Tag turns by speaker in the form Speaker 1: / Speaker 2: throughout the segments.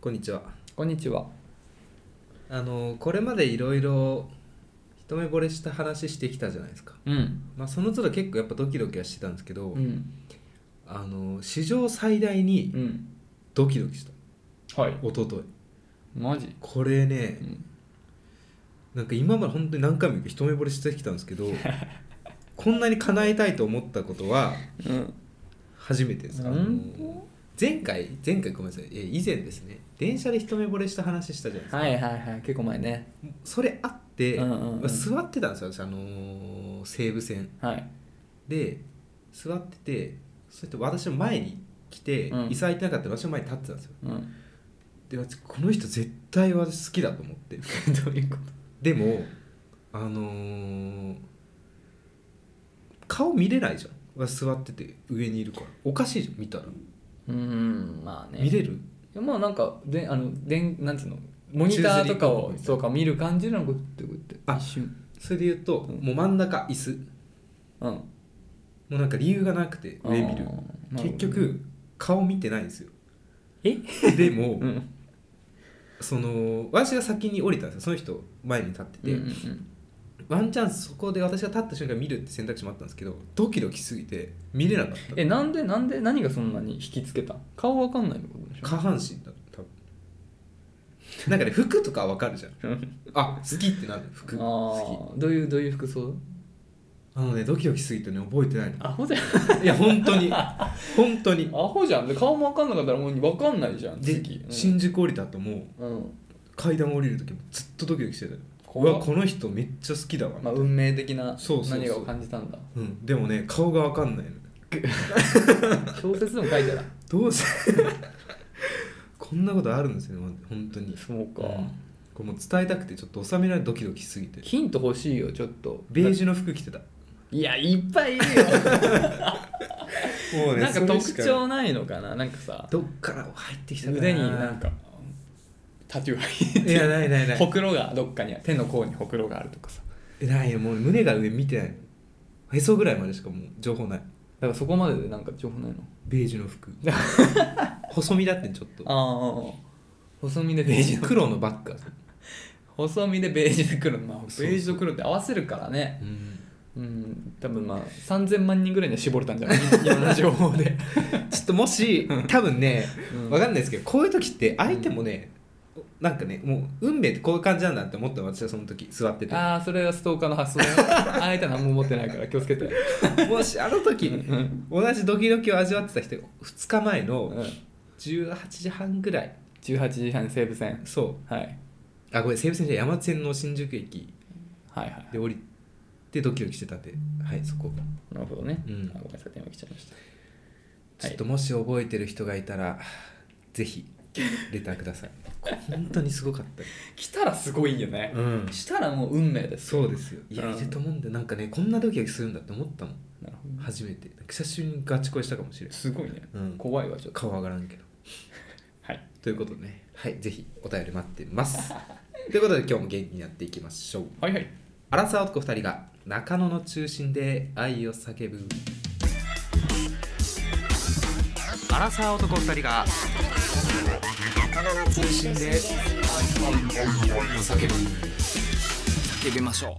Speaker 1: こんにちは
Speaker 2: こんにちは。
Speaker 1: あのこれまでいろいろ一目惚れした話してきたじゃないですか、
Speaker 2: うん。
Speaker 1: まあ、その都度結構やっぱドキドキはしてたんですけど、
Speaker 2: うん。
Speaker 1: あの史上最大に
Speaker 2: うん。
Speaker 1: ドキドキした
Speaker 2: はい。
Speaker 1: 一昨日
Speaker 2: マジ。
Speaker 1: これね
Speaker 2: うん。
Speaker 1: なんか今まで本当に何回も一目惚れしてきたんですけ どこんなに叶えたいと思ったことは
Speaker 2: うん。
Speaker 1: 初めてですあの
Speaker 2: 本
Speaker 1: 前回前回ごめんなさいえ以前ですね電車で一目惚れした話したじゃないですか、
Speaker 2: はいはいはい。結構前ね。
Speaker 1: それあって、
Speaker 2: うんうんうん
Speaker 1: まあ座ってたんですよ私あのー西武線
Speaker 2: はい。
Speaker 1: で座っててそして私の前に来て、
Speaker 2: うん
Speaker 1: 椅子空いてなかったら私の前に立ってたんですよ
Speaker 2: うん。
Speaker 1: で私この人絶対私好きだと思って
Speaker 2: どういうこ
Speaker 1: でもあのー顔見れないじゃん私座ってて上にいるからおかしいじゃん見たら、
Speaker 2: と。うん。まあね。
Speaker 1: 見れる
Speaker 2: いやまあなんかであのでんなんていうのモニターとかを
Speaker 1: 宙吊り
Speaker 2: そうか見る感じなのかってことって
Speaker 1: あ
Speaker 2: 一瞬。
Speaker 1: それで言うと、
Speaker 2: うん
Speaker 1: もう真ん中椅子
Speaker 2: うん。
Speaker 1: もうなんか理由がなくて上見る
Speaker 2: あー。なるほどね
Speaker 1: 結。局顔見てないんですよ
Speaker 2: え？
Speaker 1: でも、
Speaker 2: うん。
Speaker 1: その私が先に降りたんですよその人前に立って
Speaker 2: うん
Speaker 1: て、
Speaker 2: うんうん。
Speaker 1: ワンチャンスそこで私が立った瞬間見るって選択肢もあったんですけどドキドキしすぎて見れなかった
Speaker 2: えなんでなんで何がそんなに引きつけた？顔わかんないのことでしょ。
Speaker 1: 下半身だ多分なんかね服とかはわかるじゃん
Speaker 2: うん
Speaker 1: あ好きってなる服
Speaker 2: あ
Speaker 1: 好
Speaker 2: あどういうどういう服装？
Speaker 1: きあのねドキドキしすぎてね覚えてない の
Speaker 2: アホじゃん。
Speaker 1: いや本当に本当に
Speaker 2: アホじゃん。で顔もわかんなかったらもうわかんないじゃん。
Speaker 1: で
Speaker 2: 次。
Speaker 1: 新宿降りた後も
Speaker 2: うん。うん
Speaker 1: 階段降りる時もずっとドキドキしてたよう
Speaker 2: 怖
Speaker 1: わ
Speaker 2: っ
Speaker 1: この人めっちゃ好きだわ、
Speaker 2: まあ、運命的な
Speaker 1: そうそうそう
Speaker 2: 何かを感じたんだ
Speaker 1: うん、でもね顔がわかんないの
Speaker 2: 小説でも書いてた
Speaker 1: どうせこんなことあるんですよね本当に
Speaker 2: そうか、
Speaker 1: うんこれもう伝えたくてちょっと収められドキドキしすぎて
Speaker 2: ヒント欲しいよちょっと
Speaker 1: ベージュの服着てたも
Speaker 2: いやいっぱいいる よなんか
Speaker 1: それ
Speaker 2: 特
Speaker 1: し
Speaker 2: 徴ないのかななんかさ
Speaker 1: どっから入ってきたかな
Speaker 2: 腕になんかタトゥーが入って
Speaker 1: いやないないな
Speaker 2: ほ
Speaker 1: い
Speaker 2: くろがどっかにある手の甲にほくろがあるとかさ
Speaker 1: ないよもう胸が上見てないへそぐらいまでしかもう情報ない
Speaker 2: だからそこまででなんか情報ないの
Speaker 1: ベージュの 服細身だってんちょっと
Speaker 2: ああ細身でベージュの
Speaker 1: 黒のバッグ
Speaker 2: 細身でベージュで黒の、まあ、ベ
Speaker 1: そうそう
Speaker 2: ージュと黒って合わせるからね
Speaker 1: うん
Speaker 2: うん多分まあ3000万人ぐらいには絞れたんじゃないいろんな情報で、
Speaker 1: ちょっともし多分ね
Speaker 2: うん
Speaker 1: わかんないですけどこういう時って相手もね、なんかねもう運命ってこういう感じなんだって思ったの私はその時座ってて
Speaker 2: ああそれはストーカーの 発想あえて何も持ってないから気をつけて
Speaker 1: もしあの時
Speaker 2: うん
Speaker 1: 同じドキドキを味わってた人2日前
Speaker 2: う
Speaker 1: の
Speaker 2: ん
Speaker 1: 18時半ぐらい
Speaker 2: 18時半西武線
Speaker 1: そう
Speaker 2: はい
Speaker 1: あごめん西武線じゃ山手線の新宿駅
Speaker 2: はいはい
Speaker 1: で降りてドキドキしてたんではいそこ
Speaker 2: なるほどね、
Speaker 1: うん
Speaker 2: あごめんなさい電話来ちゃいました
Speaker 1: ちょっともし覚えてる人がいたらぜひレターくだ さい本当にすごかったよ
Speaker 2: 来たらすごいよね、
Speaker 1: うん
Speaker 2: したらもう運命です
Speaker 1: そうですよいや
Speaker 2: うん
Speaker 1: いると思うんでなんかねこんなドキドキするんだって思ったもん
Speaker 2: なるほど
Speaker 1: 初めて久しぶりにガチ恋したかもしれない
Speaker 2: すごいね、
Speaker 1: うん
Speaker 2: 怖いわちょっと
Speaker 1: 顔上がらんけど
Speaker 2: はい
Speaker 1: ということでねはいぜひお便り待ってますということで今日も元気にやっていきましょう
Speaker 2: はいはい
Speaker 1: アラサー男2人が中野の中心で愛を叫ぶアラサー男2人が中野の中心で愛を叫ぶ
Speaker 2: 叫びましょ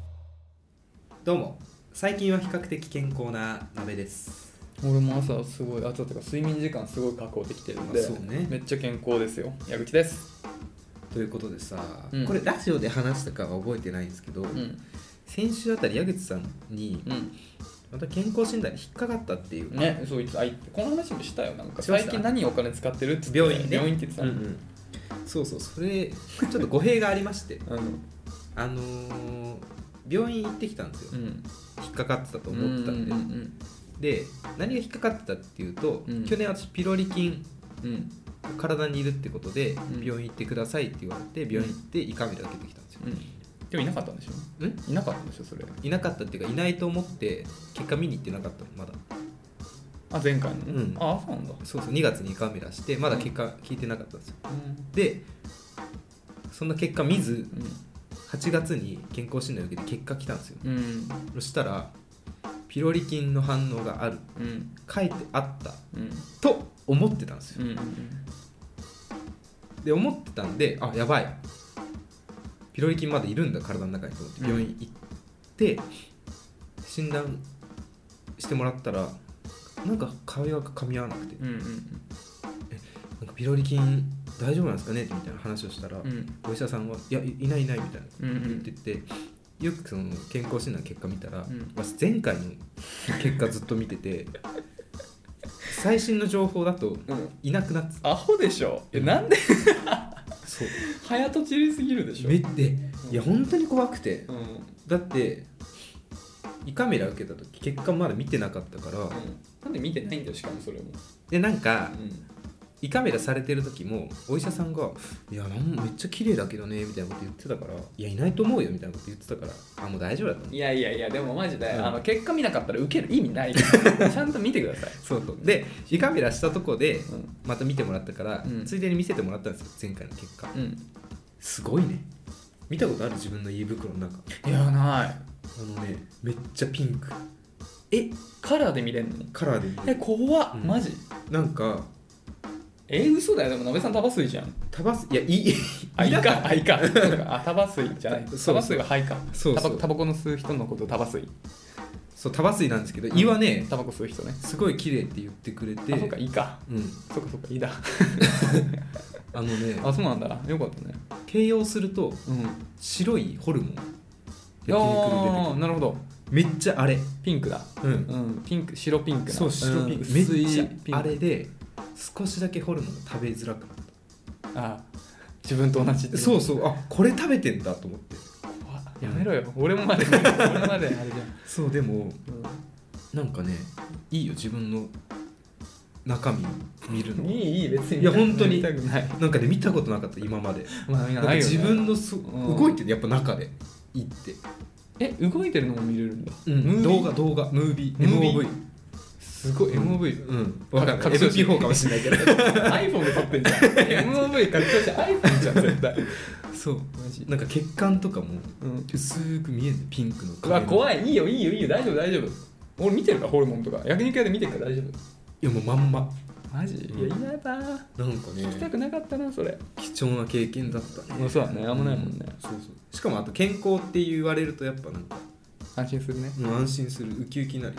Speaker 1: どうも最近は比較的健康な鍋です
Speaker 2: う俺も朝すごい朝とか睡眠時間すごい確保できてるんで
Speaker 1: あそうね
Speaker 2: めっちゃ健康ですよ矢口です
Speaker 1: ということでさ、
Speaker 2: うん
Speaker 1: これラジオで話したかは覚えてないんですけど、
Speaker 2: うん
Speaker 1: 先週あたり矢口さんに
Speaker 2: うん
Speaker 1: また健康診断に引っかかったっていう、
Speaker 2: ねそういつあいこの話もしたよなんか
Speaker 1: しました
Speaker 2: 最近何お金使ってるっつって
Speaker 1: 病院で
Speaker 2: 病院って言ってた
Speaker 1: うんうん、そうそうそれちょっと語弊がありまして
Speaker 2: うん
Speaker 1: あのー病院行ってきたんですよ、
Speaker 2: うん
Speaker 1: 引っかかってたと思ってたんで、
Speaker 2: うんうん
Speaker 1: で何が引っかかってたっていうと、
Speaker 2: うん
Speaker 1: 去年私ピロリ菌
Speaker 2: うん
Speaker 1: 体にいるってことで、
Speaker 2: ん
Speaker 1: 病院行ってくださいって言われて病院行って胃カメラ受けてきたんですよ、
Speaker 2: うんでもいなかったんでしょ
Speaker 1: うん、
Speaker 2: いなかったんでしょそれ
Speaker 1: いなかったっていうかいないと思って結果見に行ってなかったのまだ
Speaker 2: あ前回の、
Speaker 1: うん
Speaker 2: あそうなんだ、
Speaker 1: そうそう2月に胃カメラしてまだ結果聞いてなかったんですよでそんな結果見ず8月に健康診断受けて結果来たんですよ
Speaker 2: うんうん
Speaker 1: そしたらピロリ菌の反応がある
Speaker 2: うん
Speaker 1: 書いてあった
Speaker 2: うん
Speaker 1: と思ってたんですよ
Speaker 2: うん
Speaker 1: で思ってたんであやばいピロリ菌まだいるんだ体の中にと思って
Speaker 2: うん
Speaker 1: 病院行って、診断してもらったらなんか会話が噛み合わなくて、
Speaker 2: うんうん
Speaker 1: なんかピロリ菌大丈夫なんですかねみたいな話をしたら、
Speaker 2: うん
Speaker 1: お医者さんはいやいいないいないみたいな
Speaker 2: うんうん
Speaker 1: 言ってて、よくその健康診断の結果見たら、
Speaker 2: うん
Speaker 1: 私前回の結果ずっと見てて最新の情報だと
Speaker 2: うん
Speaker 1: いなくなってた
Speaker 2: アホでしょえなんで
Speaker 1: そう
Speaker 2: 早とちりすぎるでしょ
Speaker 1: めっていや本当に怖くて
Speaker 2: うんうん
Speaker 1: だって胃カメラ受けた時結果まだ見てなかったから
Speaker 2: なんで見てないんだよしかもそれも
Speaker 1: でなんか
Speaker 2: うん
Speaker 1: 胃カメラされてる時もお医者さんが「いやなんめっちゃ綺麗だけどね」みたいなこと言ってたから「いやいないと思うよ」みたいなこと言ってたからあもう大丈夫だと思う
Speaker 2: いやいやいやでもマジで、
Speaker 1: うん
Speaker 2: あの結果見なかったら受ける意味ないちゃんと見てください
Speaker 1: そうそうで胃カメラしたとこで
Speaker 2: うん
Speaker 1: また見てもらったから、
Speaker 2: うん
Speaker 1: ついでに見せてもらったんですよ前回の結果
Speaker 2: うん
Speaker 1: すごいね見たことある自分の胃袋の中
Speaker 2: いやない
Speaker 1: あのねめっちゃピンクえ
Speaker 2: カラーで見れんの
Speaker 1: カラーで見て
Speaker 2: え
Speaker 1: る
Speaker 2: 怖っ、
Speaker 1: うん
Speaker 2: マジ
Speaker 1: なんか
Speaker 2: え嘘だよでもなべさんタバスイじゃん
Speaker 1: タバスいや 胃
Speaker 2: あい
Speaker 1: 胃だ
Speaker 2: かあいかそうかあタバスイじゃない
Speaker 1: そうそ
Speaker 2: タ
Speaker 1: う
Speaker 2: バスイははいか
Speaker 1: そうそう
Speaker 2: タバコタバコの吸う人のことタバスイ
Speaker 1: そうタバスイなんですけど胃はね
Speaker 2: タバコ吸う人ね
Speaker 1: すごい綺麗って言ってくれて
Speaker 2: あそうかいいか
Speaker 1: うん、
Speaker 2: そっかそっかいいだ
Speaker 1: あのね
Speaker 2: あそうなんだよかったね
Speaker 1: 形容すると
Speaker 2: うん
Speaker 1: 白いホルモン焼肉で出て
Speaker 2: あ
Speaker 1: く
Speaker 2: ーなるほど
Speaker 1: るめっちゃあれ
Speaker 2: ピンクだ
Speaker 1: うん
Speaker 2: うんピンク白ピンクな
Speaker 1: そう白ピンク、
Speaker 2: うん
Speaker 1: めっ
Speaker 2: 薄い
Speaker 1: ち
Speaker 2: ピン
Speaker 1: ゃ
Speaker 2: ク
Speaker 1: あれで少しだけホルモンが食べづらくなっ
Speaker 2: あ自分と同じって
Speaker 1: たそう
Speaker 2: う
Speaker 1: そうあこれ食べてんだと思って
Speaker 2: やめろよ俺もまで俺まであれじゃん、
Speaker 1: そうでも
Speaker 2: う
Speaker 1: なんかねいいよ自分の中身見るの
Speaker 2: いいいい別に
Speaker 1: いや本当に
Speaker 2: 見たくない
Speaker 1: なんかね見たことなかった今まで
Speaker 2: まあ
Speaker 1: なんか自分のそ、
Speaker 2: うん
Speaker 1: 動いてるやっぱ中で行って、
Speaker 2: え動いてるのも見れるんだ、
Speaker 1: ムービー動
Speaker 2: 動画
Speaker 1: 画動画ムービ
Speaker 2: ムービー
Speaker 1: MOV
Speaker 2: すごい MOV
Speaker 1: うんわかんない
Speaker 2: 拡張子
Speaker 1: MP4 かもしれないけど
Speaker 2: iPhone で撮ってんじゃん MOV 拡張して iPhone じゃん絶対
Speaker 1: そう
Speaker 2: マジ
Speaker 1: なんか血管とかも
Speaker 2: うん
Speaker 1: 薄く見えるのピンクの
Speaker 2: うわ怖
Speaker 1: い
Speaker 2: いいいよいいよいいよ大丈夫大丈夫俺見てるからホルモンとか焼肉屋で見てるから大丈
Speaker 1: いやもうまんま
Speaker 2: 夫マジ、
Speaker 1: うん
Speaker 2: いや嫌だな
Speaker 1: なんか
Speaker 2: 行きた
Speaker 1: ね
Speaker 2: くなかったなそれ
Speaker 1: 貴重な経験だったね
Speaker 2: まあそうだねあんまないもんね
Speaker 1: うそうそうしかもあと健康って言われるとやっぱなんか
Speaker 2: 安心するね
Speaker 1: もう安心するウキウキになる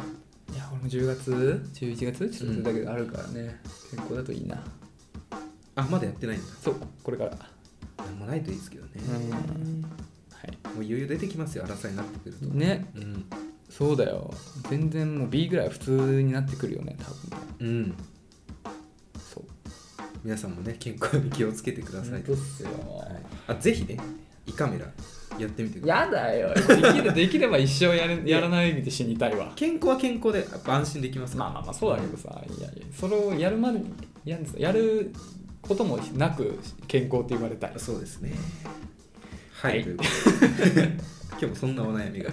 Speaker 2: いや俺も10月11月ちょっとだけどあるからね、健康だといいな
Speaker 1: あまだやってないんだ
Speaker 2: そうこれからは
Speaker 1: なんもないといいですけどね、
Speaker 2: うん
Speaker 1: もういよいよ出てきますよ争いになってくると
Speaker 2: いね
Speaker 1: うん
Speaker 2: そうだよ全然もう B ぐらいは普通になってくるよね多分ね
Speaker 1: うん
Speaker 2: そう
Speaker 1: 皆さんもね健康に気をつけてください、
Speaker 2: 本当っすよ、
Speaker 1: あぜひね胃カメラやってみてください
Speaker 2: やだ よできれできれば一生やれやらないで死にたいわ
Speaker 1: 健康は健康でやっぱ安心できます
Speaker 2: まあまあまあそうだけどさいやいやそれをやるまでやんやることもなく健康って言われたい
Speaker 1: そうですねはい、
Speaker 2: はい
Speaker 1: ということで今日もそんなお悩みが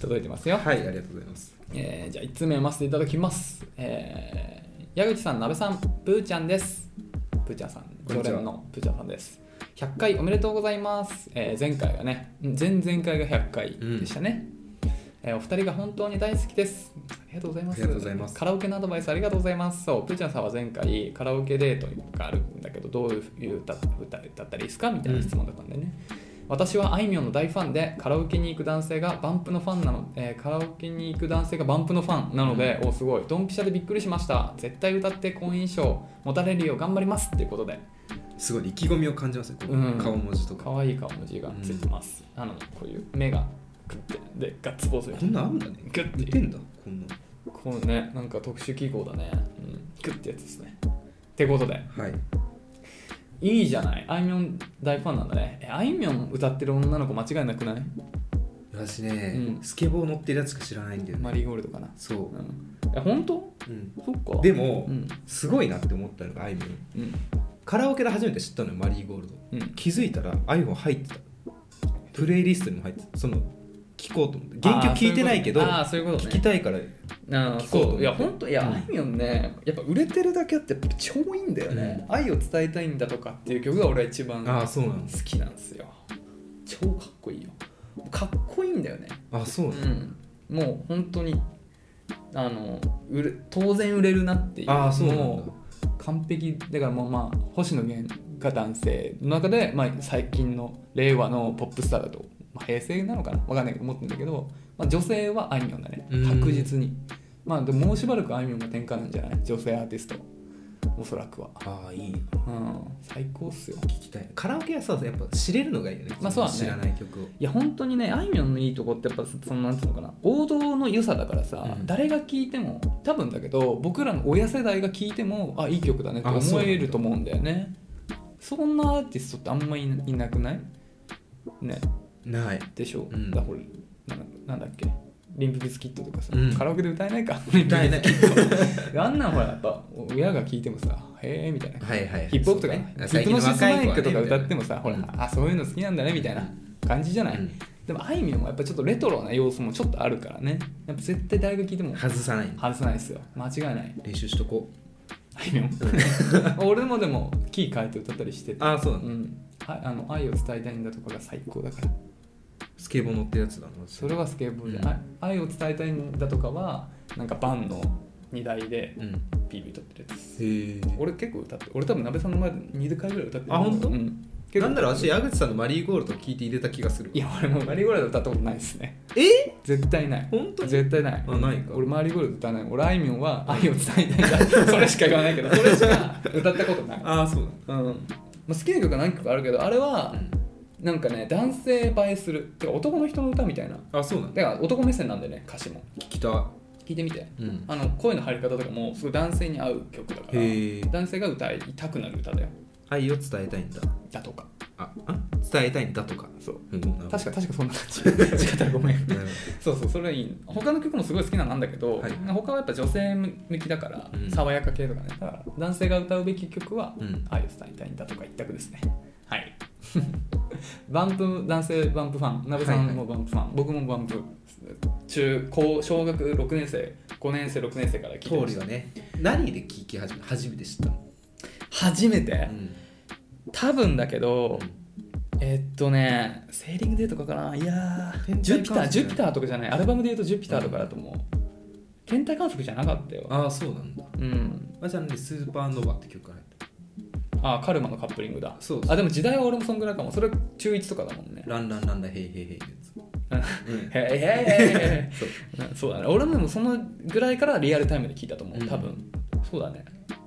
Speaker 2: 届いてますよ
Speaker 1: はいありがとうございます
Speaker 2: えーじゃあ1通目読ませていただきます、えー矢口さん、なべさん、ぷーちゃんですぷーちゃんさん、
Speaker 1: こん
Speaker 2: 常
Speaker 1: にちは
Speaker 2: 連のぷーちゃんさんです100回おめでとうございます、えー前回がねうん前々回が100回でしたね、えーお二人が本当に大好きですありがとうございま
Speaker 1: あ
Speaker 2: す
Speaker 1: りがとうございます
Speaker 2: カラオケのアドバイスありがとうございますそうぷーちゃんさんは前回カラオケデートがあるんだけどどういう歌歌だったらいいですかみたいな質問だったんでね、私はあいみょんの大ファンでカラオケに行く男性がバンプのファンなの、えーカラオケに行く男性がバンプのファンなので、おすごいドンピシャでびっくりしました絶対歌って好印象持たれるよう頑張りますっていうことです
Speaker 1: ごい意気込みを感じますね、こ
Speaker 2: う
Speaker 1: うん顔文字とか
Speaker 2: 可愛い顔文字がついてます、なのにこういう目がグッてでガッツポーズ
Speaker 1: こんなんあんだね
Speaker 2: グッ
Speaker 1: 似
Speaker 2: て
Speaker 1: てんだこんな
Speaker 2: こうねなんか特殊記号だね、うん、グッてやつですねってことで
Speaker 1: はい
Speaker 2: いいじゃないあいみょん大ファンなんだねえあいみょん歌ってる女の子間違いなくない
Speaker 1: 私ね、
Speaker 2: うん
Speaker 1: スケボー乗ってるやつしか知らないんだよね、
Speaker 2: マリーゴールドかな
Speaker 1: そう
Speaker 2: う、んえ本当
Speaker 1: うん、
Speaker 2: そっか
Speaker 1: でも、
Speaker 2: うん
Speaker 1: すごいなって思ったのがあいみょん
Speaker 2: うん
Speaker 1: カラオケで初めて知ったのよマリーゴールド
Speaker 2: うん
Speaker 1: 気づいたら iPhone 入ってたプレイリストにも入ってたその聴こうと思って原曲聴いてないけど
Speaker 2: あーそういうこと
Speaker 1: 聴
Speaker 2: ね
Speaker 1: きたいから
Speaker 2: あ
Speaker 1: 聞
Speaker 2: ー
Speaker 1: こうと思
Speaker 2: そ
Speaker 1: っ
Speaker 2: う
Speaker 1: て
Speaker 2: いや本当いや、
Speaker 1: うん
Speaker 2: あいみょんねやっぱ売れてるだけあってやっぱ超いいんだよね、愛を伝えたいんだとかっていう曲が俺は一番
Speaker 1: ああ
Speaker 2: 好
Speaker 1: そうなんです
Speaker 2: きなんですよ超かっこいいよかっこいいんだよね
Speaker 1: あーそう
Speaker 2: う
Speaker 1: なん
Speaker 2: んもう本当にあの売れ当然売れるなっていう
Speaker 1: あーそうなんだ
Speaker 2: もう完璧だからもうまあ星野源が男性の中で、まあ、最近の令和のポップスターだと、まあ、平成なのかなわかんないけど思ってるんだけど、まあ、女性はあいみょんだね
Speaker 1: うん
Speaker 2: 確実に、まあでももうしばらくあいみょんが転換なんじゃない女性アーティストおそらくは、
Speaker 1: ああいいな
Speaker 2: うん、最高っすよ
Speaker 1: 聞きたいカラオケはさやっぱ知れるのがいいよね,、
Speaker 2: まあそうだね
Speaker 1: 知らない曲を
Speaker 2: いや本当にねあいみょんのいいとこってやっぱそのなんていうのかな王道の良さだからさ、
Speaker 1: うん
Speaker 2: 誰が聴いても多分だけど僕らの親世代が聴いてもあいい曲だねって
Speaker 1: あそう
Speaker 2: 思
Speaker 1: なんだ
Speaker 2: えると思うんだよねそんなアーティストってあんまいないなくないね
Speaker 1: ない
Speaker 2: でしょ、
Speaker 1: うん
Speaker 2: だこれなんだっけリンプビスキットとかさ、
Speaker 1: うん
Speaker 2: カラオケで歌えないか
Speaker 1: 歌えない
Speaker 2: あんなんほらやっぱ親が聴いてもさへえみたいな
Speaker 1: はい はい
Speaker 2: ヒップホップとか、
Speaker 1: そうね
Speaker 2: ヒップノシスマイクとか歌ってもさ、ほ
Speaker 1: 最
Speaker 2: ら
Speaker 1: 近の若い子はねみたいな
Speaker 2: あそういうの好きなんだねみたいな感じじゃない、
Speaker 1: うん
Speaker 2: でもあいみょんはやっぱちょっとレトロな要素もちょっとあるからねやっぱ絶対誰が聴いても
Speaker 1: 外さ ない
Speaker 2: 外さないですよ間違いない
Speaker 1: 練習しとこ
Speaker 2: あいみょん俺もでもキー変えて歌ったりして
Speaker 1: う
Speaker 2: て
Speaker 1: ああそうな
Speaker 2: う
Speaker 1: の、
Speaker 2: んああの愛を伝えたいんだとかが最高だから
Speaker 1: スケボー乗ってるやつだな
Speaker 2: それはスケボーで、
Speaker 1: うん
Speaker 2: あ愛を伝えたいんだとかはなんかバンの荷台で
Speaker 1: うんへ
Speaker 2: PV 撮ってるやつ
Speaker 1: え
Speaker 2: 俺結構歌って俺多分鍋さんの前で2回ぐらい歌ってる
Speaker 1: あ本当
Speaker 2: うん、
Speaker 1: なんだろう私矢口さんのマリーゴールド聞いて入れた気がする
Speaker 2: いや俺もうマリーゴールド歌ったことないですね
Speaker 1: え
Speaker 2: 絶対ない
Speaker 1: 本当に
Speaker 2: 絶対ない
Speaker 1: あないか
Speaker 2: 俺マリーゴールド歌わない俺あいみょんは愛を伝えたいん だそれしか言わないけどそれしか歌ったことない、
Speaker 1: ああそうだ
Speaker 2: うんまあ、好きな曲は何曲かあるけどあれはなんかね男性映えするてか男の人の歌みたいな
Speaker 1: あそうなんだ
Speaker 2: だから男目線なんでね歌詞も
Speaker 1: 聞きた
Speaker 2: 聞いてみて
Speaker 1: いうん
Speaker 2: あの声の入り方とかもすごい男性に合う曲だから
Speaker 1: へえ
Speaker 2: 男性が歌いたくなる歌だよ
Speaker 1: 愛を伝えたいんだ
Speaker 2: だとか
Speaker 1: ああ伝えたいんだとか
Speaker 2: そう
Speaker 1: うん確
Speaker 2: 確か確かそんな感じ 違ったらごめん
Speaker 1: なる
Speaker 2: そうそうそれはいい他の曲もすごい好きなのなんだけど、
Speaker 1: はい
Speaker 2: 他はやっぱ女性向きだから、
Speaker 1: うん
Speaker 2: 爽やか系とかねだから男性が歌うべき曲は
Speaker 1: うん
Speaker 2: 「愛を伝えたいんだ」とか一択ですねはい バンプ男性バンプファン鍋さんもバンプファン、僕もバンプ中高小学6年生5年生6年生から聞いて
Speaker 1: 通
Speaker 2: ま
Speaker 1: り
Speaker 2: した
Speaker 1: はね何で聞き始め初めて知ったの
Speaker 2: 初めて
Speaker 1: うん
Speaker 2: 多分だけど
Speaker 1: うん
Speaker 2: えっとねセーリングデーとかかないや
Speaker 1: 天
Speaker 2: ー
Speaker 1: 体観測
Speaker 2: ジュピタージュピターとかじゃないアルバムで言うとジュピターとかだと思う天体観測じゃなかったよ
Speaker 1: ああそうなんだ
Speaker 2: うん、
Speaker 1: あじゃあねスーパーノヴァって曲が入ってる
Speaker 2: あカルマのカップリングだ
Speaker 1: そう
Speaker 2: あでも時代は俺もそんぐらいかもそれ中1とかだもんね
Speaker 1: ランランランラヘイヘイヘイのや
Speaker 2: へえへえへ
Speaker 1: つそう
Speaker 2: えそうだね俺もでもそのぐらいからリアルタイムで聞いたと思
Speaker 1: う
Speaker 2: うん多分、そうだね